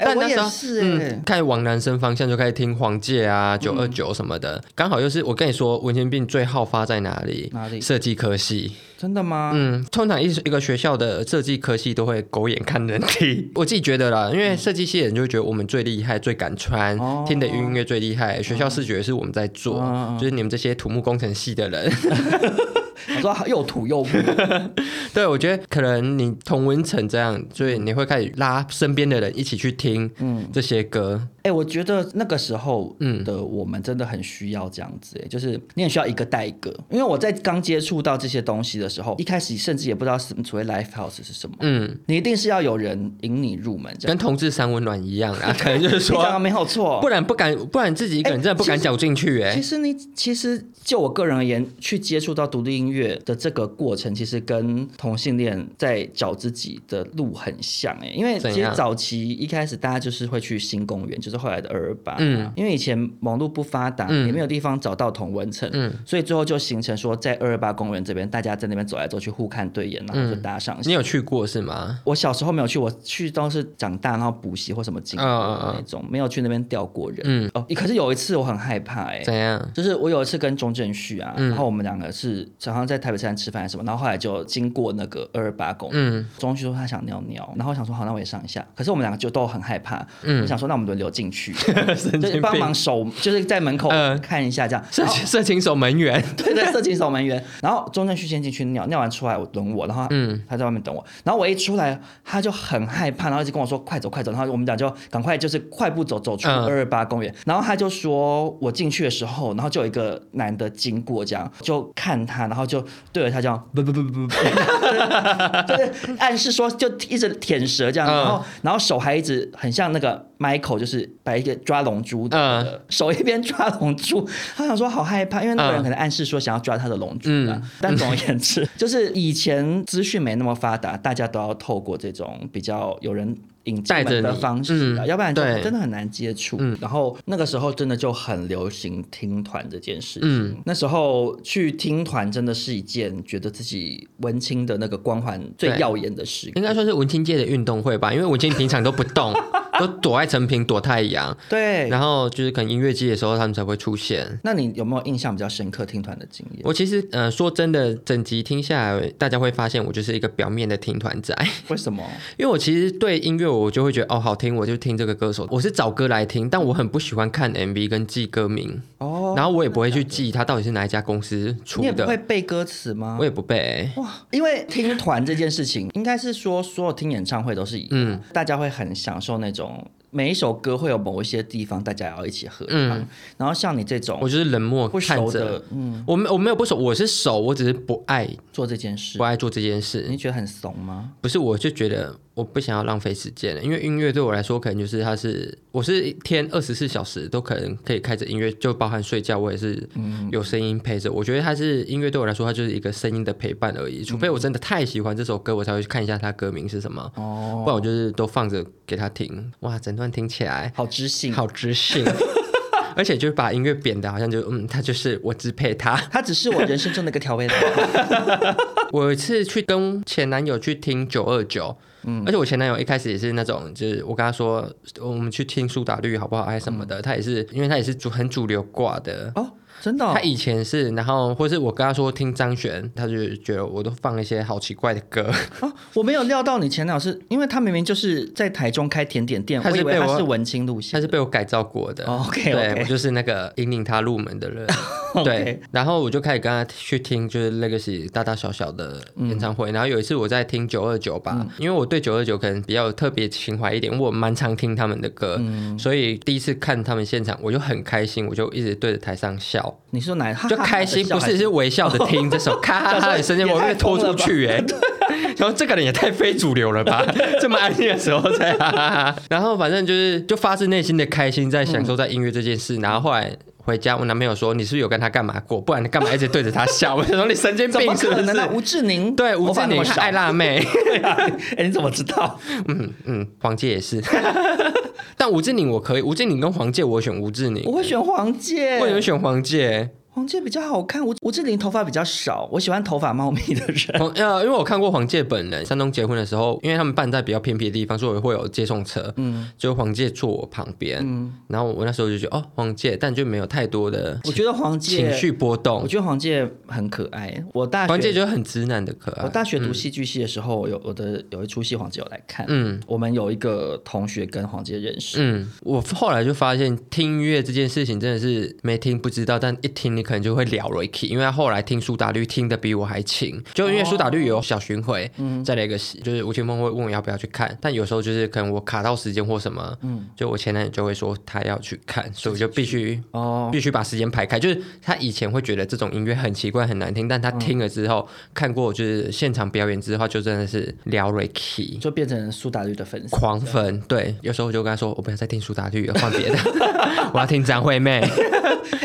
S3: 嗯但
S2: 我
S3: 那
S2: 也
S3: 时候
S2: 是、哎嗯
S3: 嗯，开始往男生方向就开始听黄玠啊、九二九什么的，刚好又是我跟你说，文青病最好发在哪里？
S2: 哪里
S3: 设计科系。
S2: 真的吗？
S3: 嗯，通常一一个学校的设计科系都会狗眼看人 低，我自己觉得啦，因为设计系的人就会觉得我们最厉害、最敢穿，
S2: 嗯哦
S3: 听的音乐最厉害，学校视觉是我们在做，
S2: 嗯嗯嗯
S3: 就是你们这些土木工程系的人。
S2: 我说又土又木，
S3: 对，我觉得可能你同文层这样，所以你会开始拉身边的人一起去听
S2: 嗯
S3: 这些歌。
S2: 哎、我觉得那个时候
S3: 嗯
S2: 的我们真的很需要这样子、哎，就是你很需要一个带一个。因为我在刚接触到这些东西的时候，一开始甚至也不知道什么所谓 live house 是什么，
S3: 嗯，
S2: 你一定是要有人引你入门，这样
S3: 跟同志三温暖一样啊， 可能就是
S2: 你讲的
S3: 说，
S2: 没有错
S3: 不。然不敢，不然自己一个人真的不敢走进去哎、
S2: 哎其实你其实就我个人而言，去接触到独立音乐的这个过程，其实跟同性恋在找自己的路很像哎、因为
S3: 怎
S2: 其实
S3: 样
S2: 早期一开始大家就是会去新公园，就是后来的二二八，
S3: 嗯
S2: 因为以前网络不发达，
S3: 嗯
S2: 也没有地方找到同文层，
S3: 嗯
S2: 所以最后就形成说在二二八公园这边，大家在那边走来走去，互看对眼，然后就搭上线。
S3: 嗯你有去过是吗？
S2: 我小时候没有去，我去都是长大然后补习或什么经过
S3: 嗯嗯
S2: 的
S3: 嗯
S2: 那种，没有去那边钓过人。
S3: 嗯
S2: 哦，可是有一次我很害怕哎、
S3: 怎样？
S2: 就是我有一次跟钟正旭啊，
S3: 嗯
S2: 然后我们两个是常常常在台北车站吃饭什么，然后后来就经过那个二二八公园，
S3: 嗯，
S2: 钟旭说他想尿尿，然后我想说好，那我也上一下。可是我们两个就都很害怕，
S3: 嗯
S2: 我想说那我们轮流 进去，就是帮 忙守，就是在门口
S3: 嗯
S2: 看一下这样。
S3: 色
S2: 然后
S3: 情色情守门员，
S2: 对对，色情守门员。然后钟正旭先进去尿，尿完出来我等我，然后嗯，他在外面等我。然后我一出来，他就很害怕，然后一直跟我说快走快走。然后我们俩就赶快就是快步走走出
S3: 嗯
S2: 二二八公园。然后他就说我进去的时候，然后就有一个男的经过，这样就看他，然后就对着他这样，不不不不不，就是 暗示说就一直舔舌这样，
S3: 嗯
S2: 然后然后手还一直很像那个 Michael，就是摆一个抓 龙珠
S3: 嗯
S2: 的那个、手一边抓龙珠， 他想说好害怕，因为那个人
S3: 嗯
S2: 可能暗示说想要抓他的龙珠吧。
S3: 嗯
S2: 但总而言之， 就是以前资讯没那么发达，大家都要透过这种比较有人。引进
S3: 带着
S2: 门的
S3: 你
S2: 方式、啊，
S3: 嗯
S2: 要不然就
S3: 对
S2: 真的很难接触。
S3: 嗯
S2: 然后那个时候真的就很流行听团这件事情。
S3: 嗯
S2: 那时候去听团真的是一件觉得自己文青的那个光环最
S3: 对
S2: 耀眼的时刻
S3: 应。该算是文青界的运动会吧，因为文青平常都不动， 都躲在成品躲太阳，
S2: 对，
S3: 然后就是可能音乐季的时候他们才会出现。
S2: 那你有没有印象比较深刻听团的经验？
S3: 我其实，呃，说真的，整集听下来，大家会发现我就是一个表面的听团仔，
S2: 为什么？
S3: 因为我其实对音乐我就会觉得哦好听，我就听这个歌手，我是找歌来听，但我很不喜欢看 MV 跟记歌名，
S2: 哦，
S3: 然后我也不会去记它到底是哪一家公司出
S2: 你也不会
S3: 的，
S2: 背歌词吗
S3: 我？也不背、欸
S2: 哇，因为听团这件 事情，应该是说所有听演唱会都是一样，
S3: 嗯
S2: 大家会很享受那种每一首歌会有某一些地方大家要一起合唱，
S3: 嗯
S2: 然后像你这种
S3: 我就是冷漠
S2: 不
S3: 看
S2: 熟
S3: 着
S2: 的，。嗯，
S3: 我没我没有不熟，我是熟，我只是不爱
S2: 做这件事
S3: 不，爱做这件事。
S2: 你觉得很怂吗？
S3: 不是，我就觉得我不想要浪费时间了，因为音乐对我来说，可能就是它是我是一天二十四小时都可能可以开着音乐，就包含睡觉，我也是有声音陪着。我觉得它是音乐对我来说，它就是一个声音的陪伴而已。除非我真的太喜欢这首歌，我才会去看一下它歌名是什么，
S2: 哦，
S3: 不然我就是都放着给他听。哇，整段听起来
S2: 好知性，
S3: 好知性， 而且就是把音乐贬的好像就嗯，它就是我支配它。
S2: 他只是我人生中的一个 调味料。
S3: 我有一次去跟前男友去听九二九，而且我前男友一开始也是那种，就是我跟他说哦我们去听苏打绿好不好，还是什么的，他也是因为他也是主很主流挂的。
S2: 哦，真的哦、
S3: 他以前是，然后或是我跟他说听张悬，他就觉得我都放一些好奇怪的歌，
S2: 哦，我没有料到你前男友是，因为他明明就是在台中开甜点店，
S3: 他
S2: 我
S3: 是
S2: 以为
S3: 被
S2: 他
S3: 我
S2: 是文青路线
S3: 他是被我改造过的。
S2: 哦，OK，OK
S3: 对我就是那个引领他入门的人。
S2: OK
S3: 对，然后我就开始跟他去听，就是 Legacy 大大小小的
S2: 嗯
S3: 演唱会。然后有一次我在听九二九吧，因为我对九二九可能比较有特别情怀一点，我蛮常听他们的歌，
S2: 嗯
S3: 所以第一次看他们现场我就很开心，我就一直对着台上笑，
S2: 你说哪？哈哈
S3: 就开心，
S2: 哈
S3: 不
S2: 哈
S3: 是
S2: 的啊笑
S3: 是微笑的听这首， 咔哈哈的声音，我被拖出去哎、然后这个人也太非主流了 吧？这么安静的时候在哈哈哈。 然后反正就是就发自内心的开心，在享受在音乐这件事。然后后来回家，我男朋友说：“你是不是有跟他干嘛过？不然你干嘛一直对着他笑？” 我想说你神经
S2: 还怎
S3: 病
S2: 么
S3: 是不
S2: 可能呢？
S3: 是？
S2: 吴志宁
S3: 对，吴
S2: 头发
S3: 志
S2: 那
S3: 宁
S2: 么
S3: 他
S2: 少
S3: 爱辣妹，
S2: 对啊哎、你怎么知道？
S3: 嗯嗯，黄玠也是。 但吴志宁我可以，吴志宁跟黄玠我选吴志宁欸
S2: 我，会选黄玠，
S3: 为什么选黄玠？欸
S2: 黄玠比较好看。吴吴志宁头发比较少，我喜欢头发茂密的 人。
S3: 黄呃，因为我看过黄玠本人，山东结婚的时候，因为他们办在比较偏僻的地方，所以我会有接送车，嗯，就黄玠坐我旁边，然后我那时候就觉得哦，黄玠，但就没有太多的
S2: 嗯我觉得黄玠
S3: 情绪，波动
S2: 我，觉得黄玠很可爱。我大
S3: 黄玠
S2: 学
S3: 就呃很直男的可
S2: 我
S3: 爱，
S2: 大学读戏剧系的时候，有我的有一出戏黄玠有来看，
S3: 嗯
S2: 我们有一个同学跟黄玠认识，
S3: 嗯，我后来就发现听音乐这件事情真的是没听不知道，但一听你可能就会聊 Ricky，因为他后来听苏打绿听的比我还勤，就因为苏打绿有小巡回，再来一个是就是吴青峰会问我要不要去看，但有时候就是可能我卡到时间或什么，嗯就我前男友就会说他要去看，所以我就必须
S2: 哦
S3: 必须把时间排开。就是他以前会觉得这种音乐很奇怪很难听，但他听了之后、看过就是现场表演之后，就真的是聊 Ricky。
S2: 就变成苏打绿的粉丝。
S3: 狂粉，对，有时候我就跟他说，我不要再听苏打绿了，换 别的，我要听张惠妹，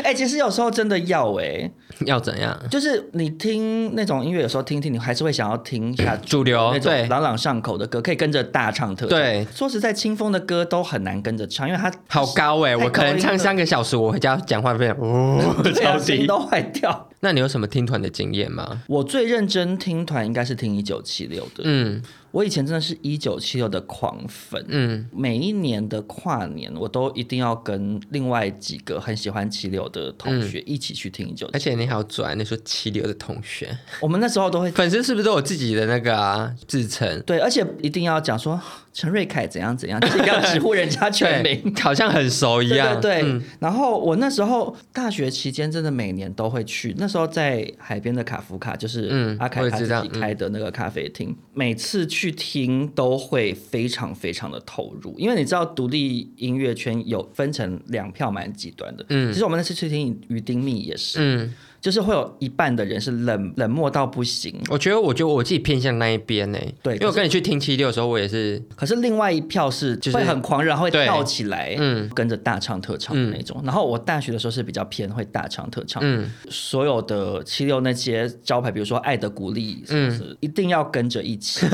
S2: 哎、其实有时候真的要哎、
S3: 要怎样？
S2: 就是你听那种音乐，有时候听听，你还是会想要听一下
S3: 主流
S2: 那
S3: 哦对
S2: 种朗朗上口的歌，可以跟着大唱特唱。
S3: 对
S2: 说实在，清风的歌都很难跟着唱，因为它
S3: 好高哎、
S2: 太高
S3: 我可能
S2: 音
S3: 唱
S2: 了
S3: 三个小时，我回家讲话变 哦，
S2: 对啊
S3: 超
S2: 声音
S3: 低。
S2: 都坏掉。
S3: 那你有什么听团的经验吗？
S2: 我最认真听团应该是听一九七六的，
S3: 嗯，
S2: 我以前真的是一九七六的狂粉，
S3: 嗯，
S2: 每一年的跨年我都一定要跟另外几个很喜欢七六的同
S3: 嗯
S2: 学一起去听一九七
S3: 而且你好拽，你说七流的同学，
S2: 我们那时候都会
S3: 粉丝是不是都有自己的那个啊自称？
S2: 对，而且一定要讲说陈瑞凯怎样怎样，就是一定 要直呼人家全名。
S3: 对，好像很熟一样。
S2: 对对对、
S3: 嗯
S2: 然后我那时候大学期间真的每年都会去，那时候在海边的卡夫卡，就是
S3: 嗯
S2: 阿凯
S3: 我也
S2: 他自
S3: 知道
S2: 己
S3: 嗯
S2: 开的那个咖啡厅，每次去听都会非常非常的投入，因为你知道独立音乐圈有分成两票蛮极端的。嗯，其实我们那次去听于丁密也是，
S3: 嗯，
S2: 就是会有一半的人是冷冷漠到不行，
S3: 我觉得，我觉得我自己偏向那一边呢、欸
S2: 对
S3: 因为我跟你去听七六的时候，我也是，
S2: 可是另外一票是
S3: 就是
S2: 会很狂热，然后会
S3: 对
S2: 跳起来，
S3: 嗯
S2: 跟着大唱特唱的那种。然后我大学的时候是比较偏会大唱特唱，
S3: 嗯
S2: 所有的七六那些招牌，比如说《爱的鼓励》，是不是、
S3: 嗯
S2: 一定要跟着 一起？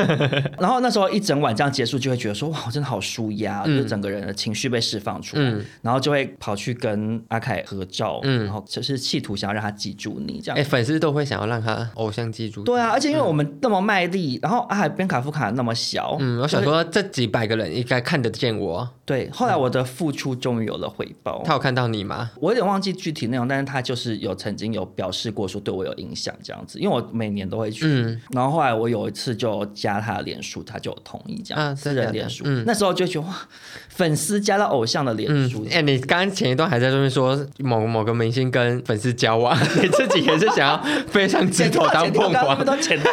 S2: 然后那时候一整晚这样结束，就会觉得说哇，我真的好舒压，就是整个人的情绪被释放出来，
S3: 嗯
S2: 然后就会跑去跟阿凯合照，
S3: 嗯
S2: 然后就是企图想要让他记住你这样
S3: 哎、。嗯粉丝都会想要让他偶像记住。
S2: 对啊，而且因为我们那么卖力，然后阿海边卡夫卡那么小，
S3: 嗯，我想说这几百个人应该看得见我，
S2: 对，后来我的付出终于有了回报。
S3: 嗯他有看到你吗？
S2: 我有点忘记具体内容，但是他就是有曾经有表示过说对我有影响这样子，因为我每年都会去，
S3: 嗯
S2: 然后后来我有一次就加他的脸书，他就有同意这样，
S3: 啊
S2: 私
S3: 真的
S2: 人
S3: 假的
S2: 脸书，
S3: 嗯
S2: 那时候就觉得哇，粉丝加到偶像的脸
S3: 嗯
S2: 书，，
S3: 哎、你刚刚前一段还在这边说某某个明星跟粉丝交往， 你自己也是想要飞上枝
S2: 剪
S3: 头
S2: 掉
S3: 当
S2: 剪掉
S3: 凤
S2: 刚
S3: 凰
S2: 刚他们。都 剪掉。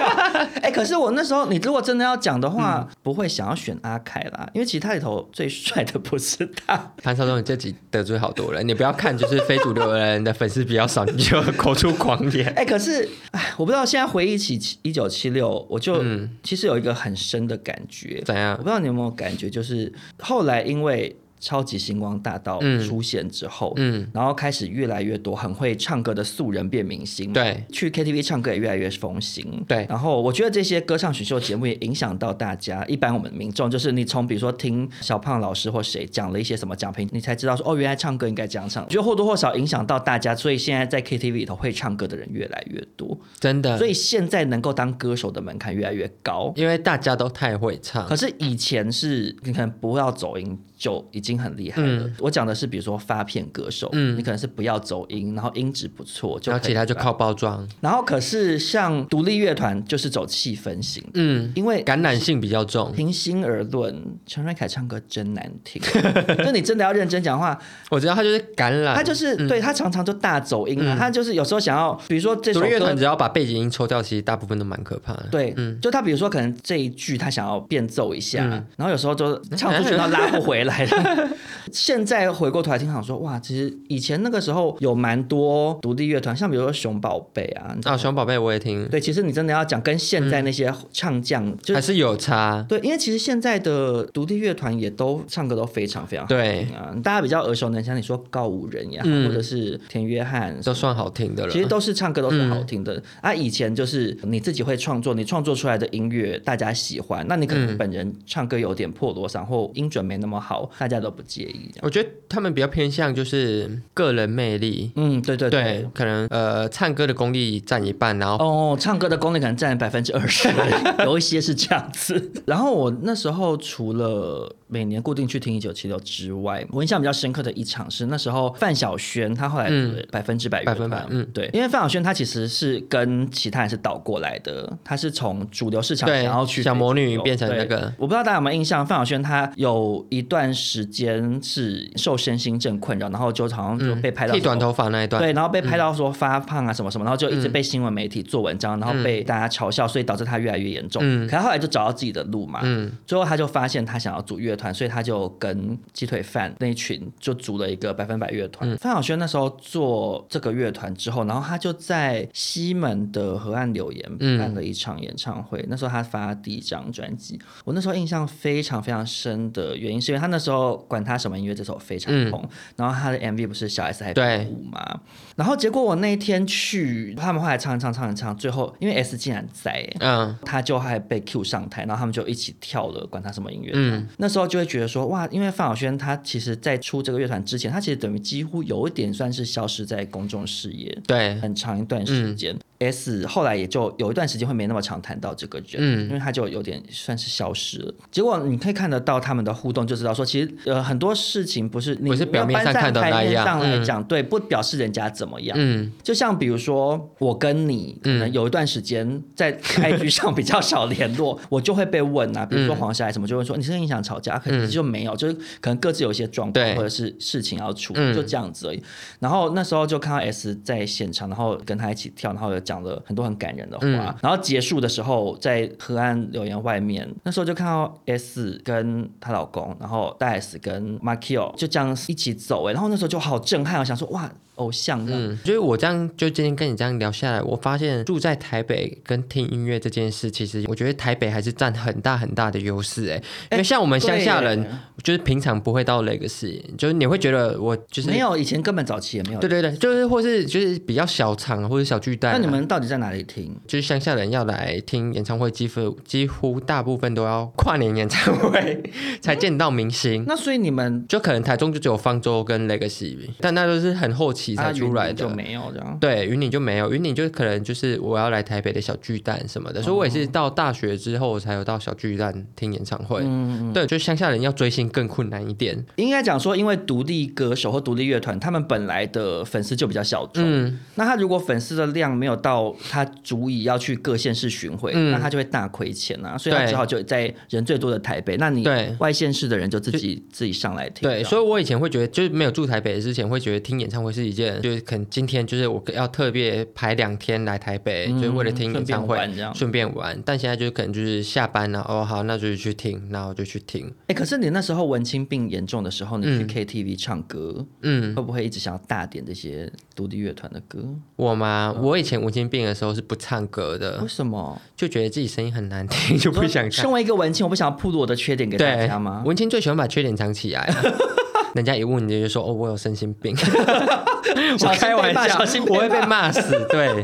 S2: 哎、可是我那时候，你如果真的要讲的话，
S3: 嗯
S2: 不会想要选阿凯啦，因为其他里头最帅的不是他。
S3: 潘少忠，你这集得罪好多人，你不要看就是非主流的人的粉丝比较少，你就口出狂言。
S2: 哎、可是，哎，我不知道现在回忆起一九七六，我就、
S3: 嗯
S2: 其实有一个很深的感觉，
S3: 怎
S2: 我
S3: 样
S2: 不？知道你有没有感觉，就是后来因为超级星光大道
S3: 嗯
S2: 出现之后，
S3: 嗯
S2: 然后开始越来越多很会唱歌的素人变明星，，
S3: 对，
S2: 去 KTV 唱歌也越来越风行，
S3: 对
S2: 然后我觉得这些歌唱选秀节目也影响到大家，一般我们民众就是你从比如说听小胖老师或谁讲了一些什么讲评，你才知道说哦，原来唱歌应该这样唱，我觉得或多或少影响到大家，所以现在在 KTV 里头会唱歌的人越来越多，
S3: 真的
S2: 所，以现在能够当歌手的门槛越来越高，
S3: 因为大家都太会唱
S2: 可。是以前是你可能不要走音就已经很厉害了。我讲的是，比如说发片歌手，
S3: 嗯
S2: 你可能是不要走音，然后音质不错就
S3: 然
S2: 可
S3: 后
S2: 以
S3: 其他就
S2: 发。
S3: 靠包装，
S2: 然后可是像独立乐团就是走气氛型的，
S3: 嗯，
S2: 因为
S3: 感染性比较重。
S2: 平心而论，陈瑞凯唱歌真难听。 就你真的要认真讲 话，
S3: 我知道他就是感染，
S2: 他就是、
S3: 嗯
S2: 对他常常就大走音啊，他就是有时候想要，比如说这首
S3: 独
S2: 歌
S3: 立乐团只要把背景音抽掉，其实大部分都蛮可怕的。
S2: 对，
S3: 嗯
S2: 就他比如说可能这一句他想要变奏一下，
S3: 嗯
S2: 然后有时候就唱出去，然后拉不回 来了。现在回过头来听，想说哇，其实以前那个时候有蛮多独立乐团，像比如说熊宝贝啊，
S3: 啊，熊宝贝我也听，
S2: 对，其实你真的要讲跟现在那些唱将，就
S3: 还是有差。
S2: 对，因为其实现在的独立乐团也都唱歌都非常非常好
S3: 对，
S2: 听啊，大家比较耳熟能详，你说告五人呀，
S3: 嗯
S2: 或者是田约翰
S3: 都算好听的了。嗯
S2: 其实都是唱歌都是好听的、啊。以前就是你自己会创作，你创作出来的音乐大家喜欢，那你可
S3: 嗯
S2: 能本人唱歌有点破锣嗓或音准没那么好，大家都不介意这样。
S3: 我觉得他们比较偏向就是个人魅力，
S2: 嗯，对对
S3: 对，可能呃唱歌的功力占一半，然后
S2: 哦，唱歌的功力可能占百分之二十， 有一些是这样子。然后我那时候除了每年固定去听一九七六之外，我印象比较深刻的一场是那时候范晓萱，她后来
S3: 嗯
S2: 组了百分之百乐
S3: 百分百
S2: 团
S3: 嗯
S2: 对，因为范晓萱她其实是跟其他人是倒过来的，她是从主流市场
S3: 对
S2: 想要去
S3: 小魔
S2: 非主
S3: 女
S2: 流
S3: 变成那
S2: 对
S3: 个
S2: 我不知道大家有没有印象，范晓萱她有一段时间是受身心症困扰，然后就好像就被拍到
S3: 嗯剃
S2: 什么
S3: 短头发那一段，嗯
S2: 对，然后被拍到说发胖啊什么什么，然后就一直被新闻媒体做文章，然后被大家嘲笑，所以导致他越来越严重。
S3: 嗯
S2: 可他后来就找到自己的路嘛，
S3: 嗯
S2: 最后他就发现他想要组乐团，所以他就跟鸡腿饭那一群就组了一个百分百乐
S3: 嗯
S2: 团。范晓萱那时候做这个乐团之后，然后他就在西门的河岸留言
S3: 嗯
S2: 办了一场演唱会。那时候他发第一张专辑，我那时候印象非常非常深的原因，是因为他那时候管他什么音乐这首非常
S3: 嗯
S2: 红，然后他的 MV 不是小 S 还
S3: 对
S2: 跳舞嘛，然后结果我那一天去，他们后来唱一唱唱一唱，最后因为 S 竟然在、欸
S3: 嗯，
S2: 他就还被 Q 上台，然后他们就一起跳了，管他什么音乐。
S3: 嗯，
S2: 那时候就会觉得说，哇，因为范晓萱她其实在出这个乐团之前，她其实等于几乎有一点算是消失在公众视野
S3: 对，嗯
S2: 很长一段时间。 S 后来也就有一段时间会没那么常谈到这个人，嗯，因为他就有点算是消失了。结果你可以看得到他们的互动，就知道说其实呃很多事情不是你
S3: 不是表面上
S2: 要搬
S3: 看到那
S2: 台面
S3: 样
S2: 上来
S3: 嗯
S2: 讲，对，不表示人家怎么样，
S3: 嗯，
S2: 就像比如说，我跟你可能有一段时间 在 IG 上比较少联络，我就会被问
S3: 嗯
S2: 啊，比如说黄霞什么，就会说你是跟你想吵架，可是就没有，就是可能各自有一些状况
S3: 对
S2: 或者是事情要处理，
S3: 嗯
S2: 就这样子而已。然后那时候就看到 S 在现场，然后跟他一起跳，然后有讲了很多很感人的话。
S3: 嗯
S2: 然后结束的时候，在河岸留言外面，那时候就看到 S 跟她老公，然后大 S 跟 Markio 就这样一起走、欸，然后那时候就好震撼，我想说哇，偶像这啊样。
S3: 嗯，就是我这样，就今天跟你这样聊下来，我发现住在台北跟听音乐这件事，其实我觉得台北还是占很大很大的优势哎，因为像我们乡下
S2: 对耶
S3: 人，就是平常不会到 Legacy，就是你会觉得我就是
S2: 没，有，以前根本早期也没有。
S3: 对对对，就是或是就是比较小场或者小巨蛋啊，
S2: 那你们到底在哪里听？
S3: 就是乡下人要来听演唱会，几乎几乎大部分都要跨年演唱会 才见到明星。
S2: 那所以你们
S3: 就可能台中就只有方舟跟 Legacy，但那都是很后期才
S2: 阿
S3: 出来
S2: 云
S3: 的。
S2: 啊就没有这样。
S3: 对，云岭就没有，云岭就可能就是我要来台北的小巨蛋什么
S2: 哦
S3: 的，所以我也是到大学之后才有到小巨蛋听演唱
S2: 嗯
S3: 会。对，就乡下人要追星更困难一点。
S2: 应该讲说，因为独立歌手或独立乐团，他们本来的粉丝就比较小众。
S3: 嗯
S2: 那他如果粉丝的量没有到他足以要去各县市巡回，
S3: 嗯
S2: 那他就会大亏钱啊。所以他
S3: 对
S2: 只好就在人最多的台北。那你
S3: 对
S2: 外县市的人就自己自己上来听这样。
S3: 对，
S2: 嗯
S3: 所以我以前会觉得，就是没有住台北之前，会觉得听演唱会是一件，就是可能今天就是我要特别排两天来台北，就是为了听演唱会
S2: 嗯顺便玩这样，
S3: 顺便玩。但现在就是可能就是下班了，哦好，那就去听，那我就去听。
S2: 哎、可是你那时候文青病严重的时候，你去
S3: 嗯
S2: KTV 唱歌，
S3: 嗯，
S2: 会不会一直想要大点这些独立乐团的歌？
S3: 我嘛，我以前文青病的时候是不唱歌的
S2: 为，什么？
S3: 就觉得自己声音很难听，就不想唱
S2: 身。为一个文青，我不想要暴露我的缺点给大
S3: 对
S2: 家吗？
S3: 文青最喜欢把缺点藏起来 啊、人家一问你就说哦，我有身心病。
S2: 小
S3: 我
S2: 心
S3: 开
S2: 被
S3: 玩
S2: 骂
S3: 笑
S2: 小心，被骂
S3: 我会被骂死。对，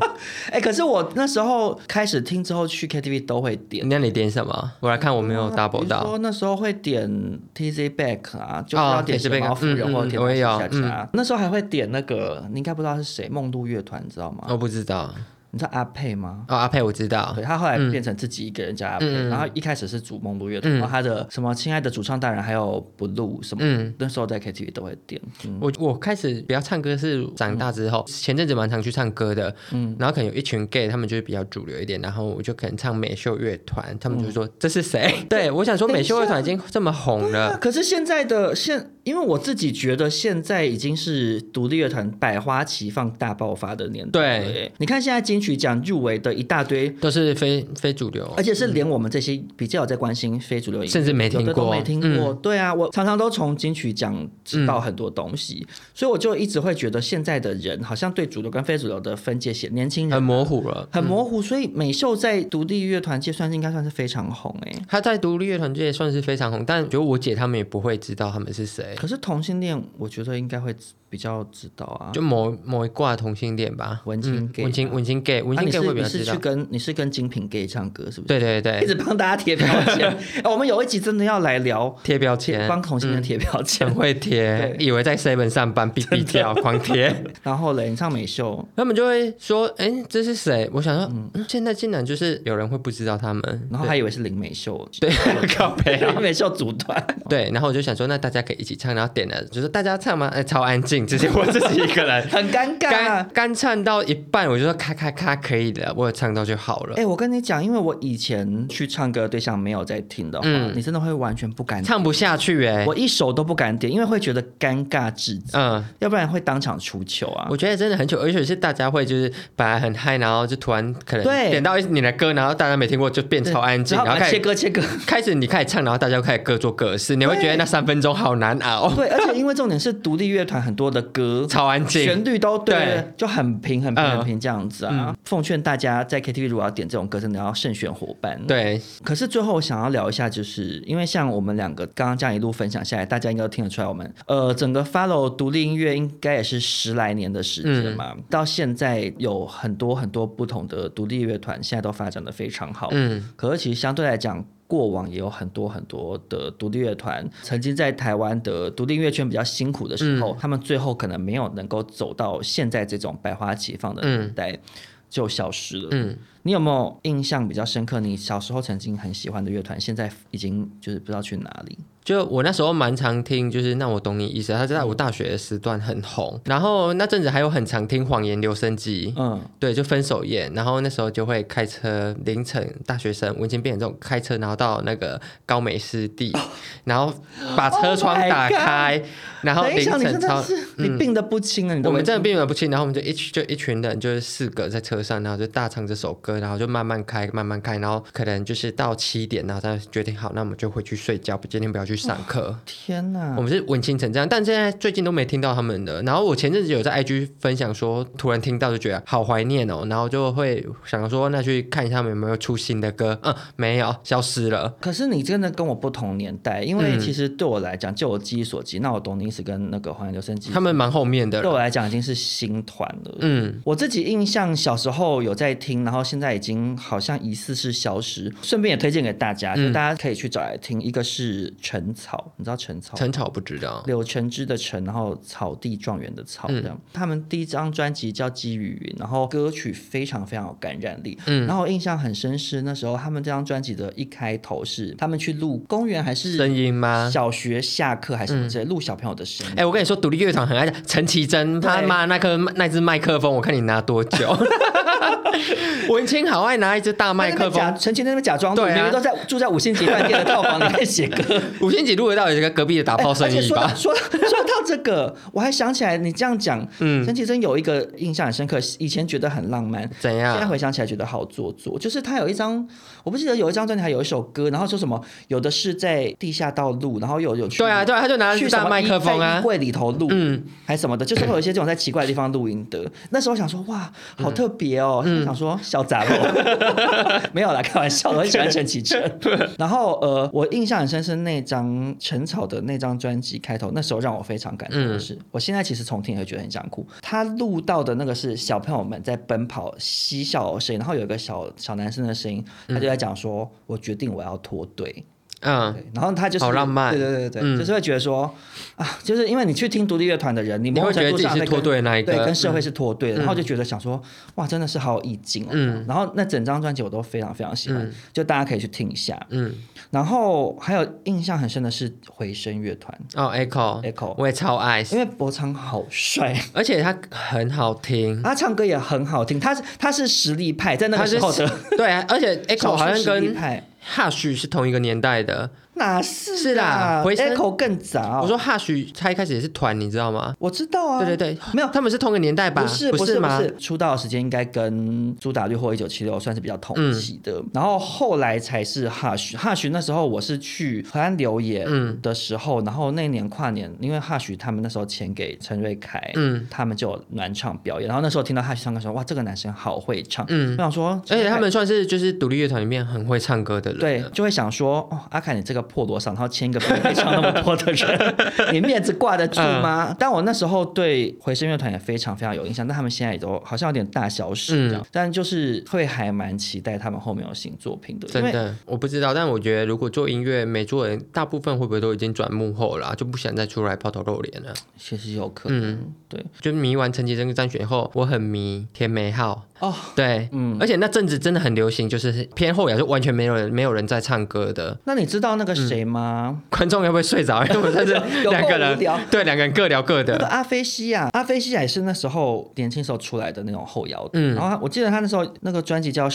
S2: 哎、可是我那时候开始听之后，去 KTV 都会点。
S3: 那你点什么？我来看，我没有
S2: 比
S3: double
S2: 如说
S3: 到。
S2: 那时候会点 TZ Back 啊，就是
S3: 哦
S2: 要点
S3: TZ
S2: 什
S3: Back，
S2: 么夫人
S3: 嗯
S2: 或者
S3: 嗯
S2: 点
S3: 我也有
S2: 下家。那时候还会点那个，你应该不知道是谁，梦露乐团，你知道吗？
S3: 我不知道。
S2: 你知道阿佩吗？
S3: 哦哦，阿嗯佩我知道
S2: 啊对，。他后来变成自己一个人加阿佩，
S3: 嗯
S2: 然后一开始是主梦露乐团，然后他的什么亲爱的主唱大人还有 Blue 什么，
S3: 嗯
S2: 那时候在 KTV 都会点。嗯，
S3: 我我开始比较唱歌是长大之后，前阵子蛮常去唱歌的，嗯，然后可能有一群 gay，他们就是比较主流一点，然后我就可能唱美秀乐团，
S2: 嗯
S3: 他们就说、这是 谁？对我想说美秀乐团已经这么红
S2: 那
S3: 了，
S2: 可是现在的现，因为我自己觉得现在已经是独立乐团百花齐放、大爆发的年代。
S3: 对
S2: 对，你看现在金曲奖入围的一大堆，
S3: 都是非非主流
S2: 而，且是连我们这些比较有在关心非主流音乐，
S3: 甚哦至没
S2: 有的
S3: 听
S2: 都
S3: 过嗯
S2: 没听过。对啊，我常常都从金曲奖知道很多东西，所以我就一直会觉得现在的人好像对主流跟非主流的分界线，年轻人
S3: 很嗯模糊了。
S2: 很模糊。所以美秀在独立乐团界算是应该算是非常红哎、
S3: 他在独立乐团界算是非常红，但觉得我姐他们也不会知道他们是谁，
S2: 可是同性恋，我觉得应该会比较知道啊。
S3: 就某某一挂同性恋吧，
S2: 文青
S3: 嗯
S2: gay
S3: 文青文青 gay，文
S2: 啊，
S3: 青
S2: 你
S3: gay
S2: 是
S3: 会比
S2: 你
S3: 较
S2: 是
S3: 知
S2: 去
S3: 道。
S2: 跟你是跟精品 gay 唱歌是不是？
S3: 对对
S2: 一直
S3: 对，
S2: 帮大家贴标 签、哎我们有一集真的要来聊
S3: 贴标签，
S2: 帮同
S3: 嗯
S2: 性恋贴标签。
S3: 很会贴
S2: 对，
S3: 以为在 seven 上班，必必跳，狂 贴。
S2: 然后嘞，你唱美秀，
S3: 他们就会说：“哎、这是谁？”我想说，嗯现在竟然就是有人会不知道他们，
S2: 然后还以为是林美秀，
S3: 对，靠背啊，
S2: 林美秀组团。，
S3: 对。然后我就想说，那大家可以一起唱，然后点了，就是大家唱吗？哎、超安静，只是我自己一个人
S2: 很尴尬啊
S3: 干干唱到一半，我就说咔咔咔，可以的，我有唱到就好了
S2: 哎、。我跟你讲，因为我以前去唱歌的对象没有在听的话，
S3: 嗯
S2: 你真的会完全不敢，
S3: 唱不下去哎、
S2: 我一首都不敢点，因为会觉得尴尬至极，
S3: 嗯，
S2: 要不然会当场出糗啊
S3: 我。觉得真的很久，而且是大家会就是本来很嗨，然后就突然可能
S2: 对
S3: 点到你的歌，然后大家没听过就变超安静，
S2: 然
S3: 然
S2: 后
S3: 后
S2: 啊
S3: 开
S2: 切
S3: 始
S2: 歌切歌。
S3: 开始你开始唱，然后大家就开始各做各的事，你会觉得那三分钟好难熬，。
S2: 对，而且因为重点是独立乐团很多的歌
S3: 超安静。
S2: 旋律都对，
S3: 对
S2: 就很平很平
S3: 嗯
S2: 很平这样子啊。奉劝大家在 KTV 如果要点这种歌，真的要慎选伙伴。
S3: 对，
S2: 可是最后我想要聊一下，就是因为像我们两个刚刚这样一路分享下来，大家应该都听得出来，我们呃整个 follow 独立音乐应该也是十来年的时间嘛，
S3: 嗯
S2: 到现在有很多很多不同的独立乐团，现在都发展的非常好。
S3: 嗯，
S2: 可是其实相对来讲。过往也有很多很多的独立乐团，曾经在台湾的独立音乐圈比较辛苦的
S3: 嗯
S2: 时候，他们最后可能没有能够走到现在这种百花齐放的年代。就消失了。
S3: 嗯，
S2: 你有没有印象比较深刻？你小时候曾经很喜欢的乐团，现在已经就是不知道去哪里。
S3: 就我那时候蛮常听，就是那我懂你意思，他在我大学的时段很红，然后那阵子还有很常听《谎言留声机》，
S2: 嗯，
S3: 对，就分手宴，然后那时候就会开车，凌晨大学生文青变这种开车，然后到那个高美湿地，然后把车窗
S2: 哦 Oh my
S3: 打开然后
S2: 等一
S3: 凌
S2: 下，你
S3: 晨
S2: 真
S3: 超嗯
S2: 的。是你病得不轻啊！你都
S3: 我
S2: 没
S3: 们真的并没有不清，然后我们就一群就一群人，就是四个在车上，然后就大唱这首歌，然后就慢慢开，慢慢开，然后可能就是到七点，然后再决定好，那我们就回去睡觉，不今天不要去上课。
S2: 天哪
S3: 我！们是文青成这样，但现在最近都没听到他们的。然后我前阵子有在 IG 分享说，突然听到就觉得好怀念哦，然后就会想说，那去看一下他们有没有出新的歌。嗯，没有，消失了。
S2: 可是你真的跟我不同年代，因为
S3: 嗯
S2: 其实对我来讲，就我记忆所及，那我懂你意思，跟那个黄岩留声机
S3: 他们蛮后面的
S2: 对
S3: 了。
S2: 我来讲已经是新团了。
S3: 嗯，
S2: 我自己印象小时候有在听，然后现在已经好像疑似是消失。顺便也推荐给大
S3: 嗯
S2: 家，就大家可以去找来听。一个是陈草，你知道陈草？
S3: 陈草不知道。
S2: 柳橙汁的橙，然后草地状元的草
S3: 嗯
S2: 这样。他们第一张专辑叫《基于云》，然后歌曲非常非常有感染力。嗯，然后我印象很深是那时候他们这张专辑的一开头是他们去录公园还是
S3: 声音啊嗯吗
S2: 小学下课还是什么之类，录小朋友的声音
S3: 哎、。我跟你说，独立乐团很爱陈绮贞，他妈那颗那只麦克风，我看你拿多久。 文青好爱拿一只大麦
S2: 他在那
S3: 克
S2: 边假
S3: 风，
S2: 陈绮贞那边假装录，
S3: 对啊
S2: 明明都在住在五星级饭店的套房 里面写歌。哎
S3: 五星级录得到也是隔壁的打炮
S2: 而
S3: 声
S2: 且
S3: 音
S2: 说
S3: 吧
S2: 到？说到说到这个，我还想起来，你这样讲，嗯，陈绮贞有一个印象很深刻，以前觉得很浪漫，
S3: 怎
S2: 现在
S3: 样？
S2: 回想起来觉得好做作。就是她有一张，我不记得有一张专辑，还有一首歌，然后说什么有的是在地下道录，然后有有去
S3: 对啊，对啊，他就拿一
S2: 去
S3: 只
S2: 什
S3: 大
S2: 么
S3: 麦
S2: 衣
S3: 克风
S2: 在
S3: 啊
S2: 衣。柜里头录，
S3: 嗯
S2: 嗯，还什么的，就是会有一些这种在奇怪的地方录音的。那时候想说，哇，
S3: 嗯
S2: 好特别哦，想说小 杂毛，没有啦，开玩笑的，我很喜欢陈绮贞。然后呃，我印象很深是那张陈草的那张专辑开头，那时候让我非常感动的
S3: 嗯
S2: 是，我现在其实重听也会觉得很想哭。他录到的那个是小朋友们在奔跑嬉笑的声音，然后有一个小小男生的声音，他就在讲说，我决定我要脱队。
S3: 嗯，
S2: 对，然后他就是
S3: 好浪漫
S2: 对对对对，
S3: 嗯
S2: 就是会觉得说啊，就是因为你去听独立乐团的人，你
S3: 你
S2: 某
S3: 会
S2: 种
S3: 觉得
S2: 程
S3: 自己
S2: 度上
S3: 是
S2: 在
S3: 脱
S2: 跟
S3: 队的那一
S2: 对，
S3: 个嗯
S2: 跟社会是脱队的，然后就觉得想说，哇，真的是好有意境哦。然后那整张专辑我都非常非常喜欢，就大家可以去听一下。
S3: 嗯，
S2: 然后还有印象很深的是回声乐团，
S3: 哦，Echo
S2: Echo
S3: 我也超爱，
S2: 因为博昌好帅，
S3: 而且他很好听。
S2: 他唱歌也很好听，他是他是实力派， 在那
S3: 他
S2: 个
S3: 是
S2: 时候 的
S3: 对啊，而且 Echo
S2: 少数
S3: 好像
S2: 实力
S3: 跟
S2: 派
S3: Hush 是同一个年代的。
S2: 哪是
S3: 是啦
S2: 啊
S3: 回声
S2: ，echo 更早。
S3: 我说 Hush 他一开始也是团，你知道吗？
S2: 我知道啊，
S3: 对对对，
S2: 没有
S3: 他们是同一个年代吧？
S2: 不是不是不
S3: 吗？
S2: 是，出道的时间应该跟苏打绿或一九七六算是比较同期的，然后后来才是 Hush。Hush 那时候我是去荷兰留野的时候，然后那年跨年，因为 Hush 他们那时候钱给陈瑞凯，
S3: 嗯
S2: 他们就有暖场表演，然后那时候听到 Hush 唱歌说，哇，这个男生好会唱，
S3: 嗯
S2: 我想说，
S3: 而且他们算是就是独立乐团里面很会唱歌的人。
S2: 对，，就会想说，哦，阿凯你这个破锣嗓，然后签一个不会唱那么多的人，你面子挂得住吗？
S3: 嗯
S2: 但我那时候对回声乐团也非常非常有印象，但他们现在也都好像有点大消失
S3: 嗯
S2: 这样，但就是会还蛮期待他们后面有新作品的，因
S3: 真
S2: 为
S3: 的我不知道，但我觉得如果做音乐没做人，大部分会不会都已经转幕后了啊、就不想再出来抛头露脸了？
S2: 其实有可能，
S3: 嗯
S2: 对，
S3: 就迷完陈绮贞跟张悬后，我很迷田美浩。
S2: 哦，
S3: 对，嗯，而且那阵子真的很流行，就是偏后摇，就完全没有人没有人在唱歌的。
S2: 那你知道那个
S3: 嗯
S2: 谁吗？
S3: 观众会不会睡着？因为我们在这
S2: 有够
S3: 两个人
S2: 无聊，
S3: 对，两个人各聊各
S2: 那个
S3: 的。
S2: 阿菲西亚，阿菲西亚也是那时候年轻时候出来的那种后摇的，
S3: 嗯
S2: 然后他我记得他那时候那个专辑叫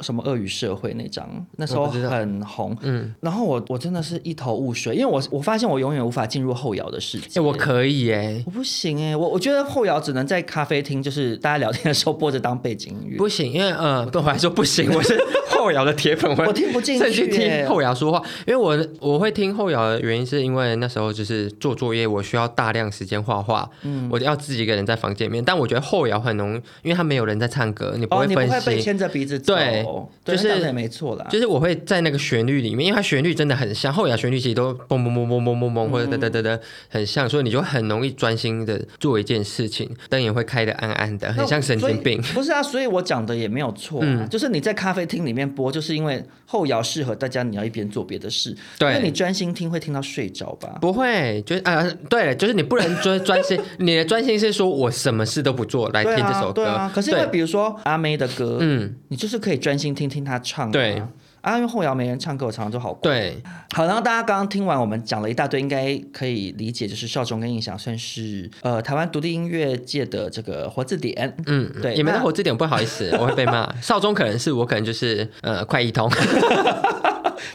S2: 什么《鳄鱼社会》那张，那时候
S3: 我不知道
S2: 很红，
S3: 嗯，
S2: 然后我我真的是一头雾水，因为我我发现我永远无法进入后摇的世
S3: 哎、
S2: 界。
S3: 我可以哎、
S2: 我不行哎、我我觉得后摇只能在咖啡厅，就是大家聊天的时候播着当背景音乐。
S3: 不行，因为呃，不，我还说不 行，我是后摇的铁粉，我
S2: 我听不进
S3: 甚至
S2: 去耶
S3: 听后摇说话，因为我我会听后摇的原因是因为那时候就是做作业，我需要大量时间画画，
S2: 嗯
S3: 我要自己一个人在房间里面，但我觉得后摇很容易，因为他没有人在唱歌，你不
S2: 哦，
S3: 会
S2: 你不
S3: 分
S2: 会被
S3: 心。
S2: 牵着鼻子走，
S3: 对
S2: 对
S3: 就是
S2: 那讲的也没错啦。
S3: 就是我会在那个旋律里面，因为它旋律真的很像后摇旋律，其实都嘣嘣嘣嘣嘣嘣
S2: 嗯
S3: 嘣或者噔噔噔噔很像，所以你就很容易专心的做一件事情，灯也会开的暗暗的，
S2: 那
S3: 很像神经病。嗯
S2: 所以不是啊，所以我讲的也没有错、啊，就是你在咖啡厅里面播，就是因为后摇适合大家，你要一边做别的事。
S3: 对
S2: 因为你专心听会听到睡着吧？
S3: 不会，就是啊、对了，就是你不能专专心，你的专心是说我什么事都不做来听
S2: 对
S3: 这
S2: 啊
S3: 首，
S2: 对
S3: 歌，
S2: 啊。可是因为比如说阿妹的歌，
S3: 嗯，
S2: 你就是可以专心听听她唱、啊。
S3: 对
S2: 啊，因为后摇没人唱歌，我常常就好过。
S3: 对
S2: 好，然后大家刚刚听完我们讲了一大堆，应该可以理解，就是少中跟印象算是呃台湾独立音乐界的这个活字典。
S3: 嗯，
S2: 对
S3: 你们的
S2: 那
S3: 火字典不好意思，我会被骂。少中可能是我，可能就是呃快 一通，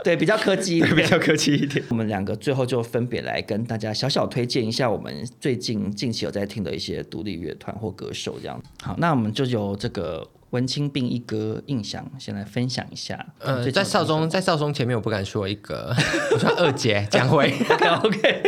S2: 对，比较科技一点。
S3: 较客气一点。
S2: 我们两个最后就分别来跟大家小小推荐一下我们最近近期有在听的一些独立乐团或歌手这样。好，那我们就由这个文青病一哥印象先来分享一下。
S3: 呃，
S2: 最近
S3: 在
S2: 有
S3: 少中，在少中前面我不敢说一个，我说二姐江辉。
S2: OK，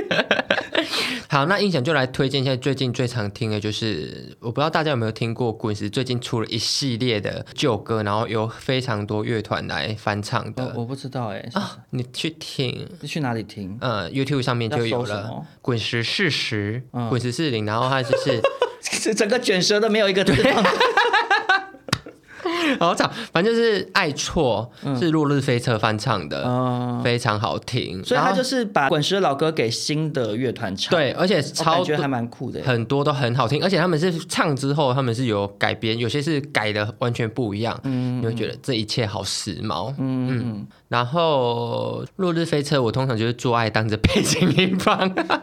S3: 好，那印象就来推荐一下最近最常听的，就是我不知道大家有没有听过滚石最近出了一系列的旧歌，然后有非常多乐团来翻唱的。
S2: 我我不知道哎、
S3: 啊，你去听，
S2: 你去哪里听？
S3: 呃，YouTube 上面就
S2: 要
S3: 有
S2: 搜什
S3: 了
S2: 么。
S3: 滚石事实，
S2: 嗯
S3: 滚石四零，然后它就是，
S2: 是整个卷舌都没有一个地 方。
S3: 好吵，反正就是爱错是落日飞车翻唱的，
S2: 嗯，
S3: 非常好听。
S2: 所以
S3: 然
S2: 他
S3: 后
S2: 就是把滚石的老歌给新的乐团唱，
S3: 对，而且
S2: 我
S3: 超
S2: 感
S3: 多
S2: 觉还蛮酷的耶。
S3: 很多都很好听，而且他们是唱之后，他们是有改编，有些是改的完全不一样，你会觉得这一切好时髦。
S2: 嗯，
S3: 然后《落日飞车》，我通常就是做爱当着背景音放，
S2: 啊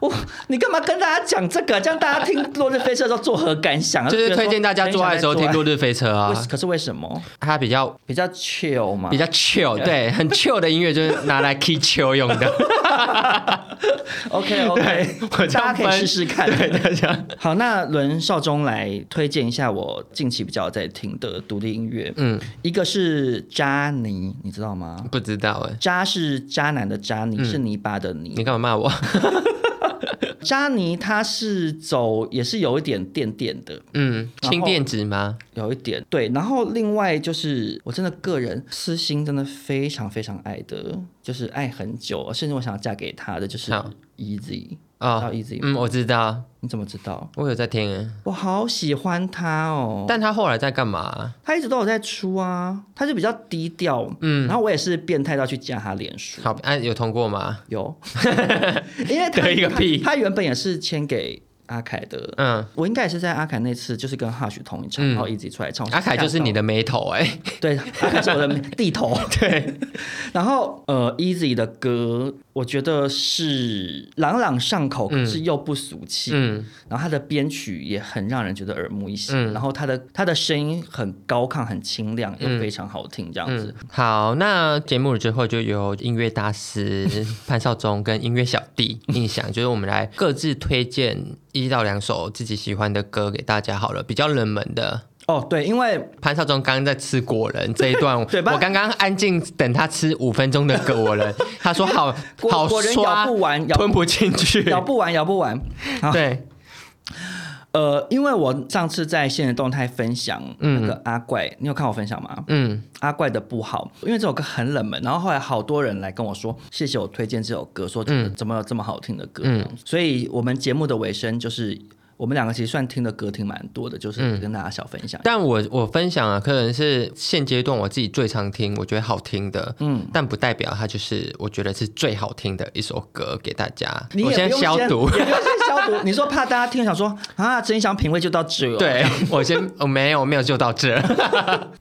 S2: 哇，你干嘛跟大家讲这个？这样大家听《落日飞车》的时候作何感想？
S3: 就是推荐大家
S2: 觉得说
S3: 做爱的时候听《落日飞车》
S2: 为
S3: 啊
S2: 什，可是为什么
S3: 它比较
S2: 比较 chill 嘛？
S3: 比较 chill，对，很 chill 的音乐就是拿来 key chill 用 的。
S2: OK OK，
S3: 我这
S2: 大家
S3: 样
S2: 可以
S3: 分
S2: 试试看。
S3: 对大家，
S2: 好，那轮少中来推荐一下我近期比较在听的独立音乐。
S3: 嗯，
S2: 一个是渣泥，你知道吗？
S3: 不知道哎，
S2: 渣是渣男的渣，泥是泥巴的泥。
S3: 嗯你干嘛骂我？
S2: 渣泥他是走也是有一点垫垫的，
S3: 嗯，
S2: 然后
S3: 轻电子吗？
S2: 有一点对。然后另外就是我真的个人私心真的非常非常爱的，就是爱很久，甚至我想要嫁给他的就是
S3: 好
S2: Easy。
S3: 哦
S2: 到 Easy
S3: 嗯，我知道，
S2: 你怎么知道？
S3: 我有在听欸，
S2: 我好喜欢他哦，
S3: 但他后来在干嘛？
S2: 他一直都有在出啊，他就比较低调，嗯，然后我也是变态到去加他脸书，
S3: 好，哎、有通过吗？
S2: 有， 因为他
S3: 得一个屁
S2: 他，他原本也是签给阿凯的，
S3: 嗯，
S2: 我应该也是在阿凯那次就是跟 Hush 同一场，
S3: 嗯
S2: 然后 Easy 出来唱，我
S3: 阿凯就是你的眉头哎、
S2: 对，他开是我的地头。 对，然后呃，Easy 的歌，我觉得是朗朗上口，可是又不俗气。
S3: 嗯
S2: 然后他的编曲也很让人觉得耳目一新。
S3: 嗯
S2: 然后他的他的声音很高亢、很清亮，又非常好听，这样子。
S3: 嗯，好，那节目之后就由音乐大师 潘少忠跟音乐小弟 印象，就是我们来各自推荐一到两首自己喜欢的歌给大家好了，比较冷门的。
S2: 哦，对，因为
S3: 潘少忠刚刚在吃果仁这一段，
S2: 对吧
S3: 我刚刚安静等他吃五分钟的果 仁，他说好
S2: 果
S3: 好
S2: 果仁咬
S3: 刷
S2: 不，完，咬
S3: 吞不进去。
S2: 咬不完，咬不完。好
S3: 对，
S2: 呃，因为我上次在现实动态分享那个阿怪，你有看我分享吗？
S3: 嗯，
S2: 阿怪的不好，因为这首歌很冷门，然后后来好多人来跟我说，谢谢我推荐这首歌，说怎么
S3: 嗯
S2: 怎么有这么好听的歌，所以我们节目的尾声就是。我们两个其实算听的歌听蛮多
S3: 嗯
S2: 的，就是跟大家小分享。
S3: 但我我分享啊，可能是现阶段我自己最常听，我觉得好听的，嗯，但不代表它就是我觉得是最好听的一首歌给大家。
S2: 你也
S3: 我
S2: 不用
S3: 先消 毒，
S2: 也不用先消毒。你说怕大家听了想说啊，真香品味就到这哦。，
S3: 对我先我没有没有就到这，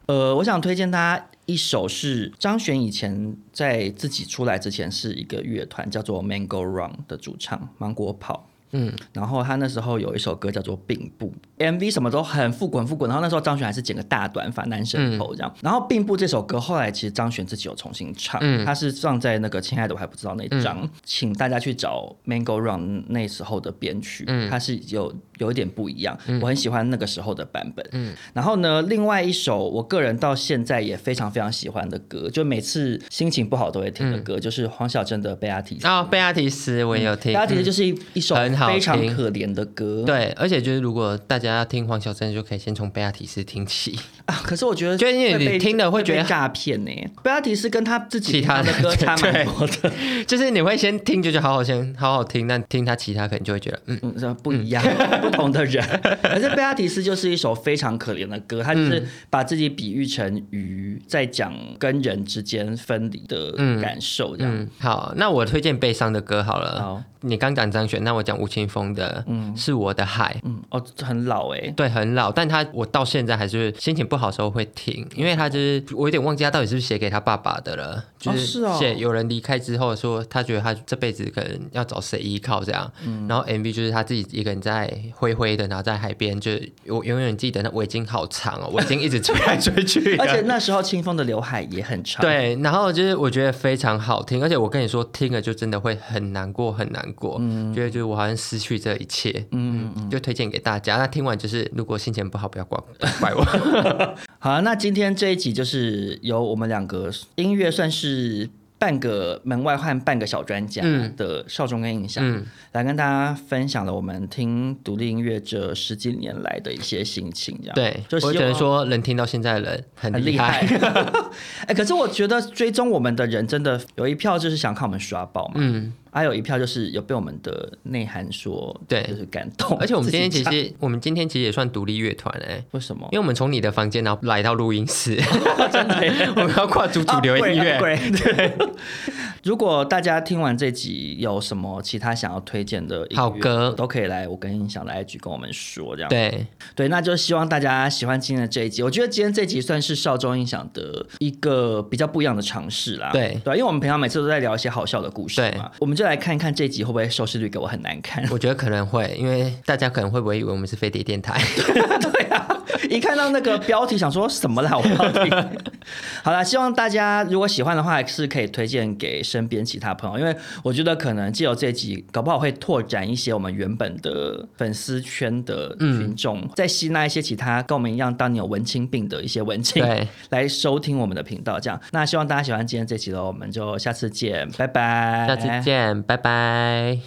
S2: 呃，我想推荐大家一首是张悬以前在自己出来之前是一个乐团叫做 Mango Run 的主唱芒果跑。嗯，然后他那时候有一首歌叫做《并不》，MV 什么都很复滚复滚。然后那时候张悬还是剪个大短发、男
S3: 嗯
S2: 生头这样。然后《并不》这首歌后来其实张悬自己有重新唱，
S3: 嗯
S2: 他是放在那个《亲爱的我还不知道》那张，请大家去找 Mango Run 那时候的编曲，
S3: 嗯
S2: 它是有有一点不一样，我很喜欢那个时候的版本。
S3: 嗯
S2: 然后呢，另外一首我个人到现在也非常非常喜欢的歌，就每次心情
S3: 嗯
S2: 不好都会听的歌，就是黄小珍的《贝阿提斯》。
S3: 哦啊、贝阿提斯我也有听，
S2: 贝阿提斯就是一一首
S3: 很好
S2: 非常
S3: 听。
S2: 可怜的歌。
S3: 对，而且就是如果大家要听黄小珍，就可以先从贝亚提斯听起。
S2: 啊，可是我觉得
S3: 就
S2: 会
S3: 是因为
S2: 被，
S3: 你听了会觉得
S2: 被诈骗呢。贝亚提斯跟他自己
S3: 其他的
S2: 的歌差蛮
S3: 对
S2: 多的，
S3: 就是你会先听，就是好好先好好听，但听他其他可能就会觉得，嗯，
S2: 嗯，是吧不一 样，不同的人。可是贝亚提斯就是一首非常可怜的歌，他就是把自己比喻成鱼，在讲跟人之间分离的感受，这样。
S3: 嗯，好，那我推荐悲伤的歌好了。
S2: 好
S3: 你刚讲张悬，那我讲吴青峰的，嗯，是我的海。
S2: 嗯，哦，这很老哎、
S3: 对，很老，但他我到现在还是心情不好的时候会听，因为他就是我有点忘记他到底是不是写给他爸爸的了，就
S2: 哦是哦
S3: 写有人离开之后说他觉得他这辈子可能要找谁依靠这样，
S2: 嗯
S3: 然后 MV 就是他自己一个人在灰灰的，然后在海边，就是我永远记得那围巾好长哦，围巾一直吹来吹去的，
S2: 而且那时候清风的刘海也很长，，
S3: 对，然后就是我觉得非常好听，而且我跟你说，听了就真的会很难过，很难过，觉得就是我好像失去这一切，嗯，就推荐给大家。那听完就是，如果心情不好，不要怪不要怪 我。
S2: 好，那今天这一集就是由我们两个音乐算是半个门外汉、半个小专家的少中跟印象，
S3: 嗯
S2: 来跟大家分享了我们听独立音乐这十几年来的一些心情，这样
S3: 对，
S2: 就
S3: 我
S2: 希
S3: 只能
S2: 望。
S3: 说，能听到现在的人 很
S2: 很
S3: 厉
S2: 厉
S3: 害。
S2: 害， 哎、可是我觉得追踪我们的人真的有一票就是想看我们刷爆嘛，
S3: 嗯，
S2: 还、有一票就是有被我们的内涵说，
S3: 对
S2: 就是感动。
S3: 而且我们今天其
S2: 自己
S3: 实，我们今天其实也算独立乐团哎、
S2: 讲为什么
S3: 因？为我们从你的房间然后来到录音 室，
S2: 真的耶
S3: 我们要跨足主
S2: 啊
S3: 流音乐。
S2: 对，如果大家听完这集有什么其他想要推荐的音乐
S3: 好歌
S2: 都可以来我跟印象的 IG 跟我们说，这样
S3: 对，
S2: 对那就希望大家喜欢今天的这一集。我觉得今天这集算是少中印象的一个比较不一样的尝试啦。
S3: 对
S2: 对啊，因为我们平常每次都在聊一些好笑的故事嘛，我们就来看看这集会不会收视率给我很难看。
S3: 我觉得可能会，因为大家可能会不会以为我们是飞碟电台？
S2: 对啊， 一看到那个标题，想说什么啦？我标 题。好啦，希望大家如果喜欢的话，是可以推荐给身边其他朋友，因为我觉得可能借由这集，搞不好会拓展一些我们原本的粉丝圈的群众，再吸纳一些其他跟我们一样当年有文青病的一些文青
S3: 对，
S2: 来收听我们的频道。这样，那希望大家喜欢今天这集喽，我们就下次见，拜拜，
S3: 下次见，拜拜。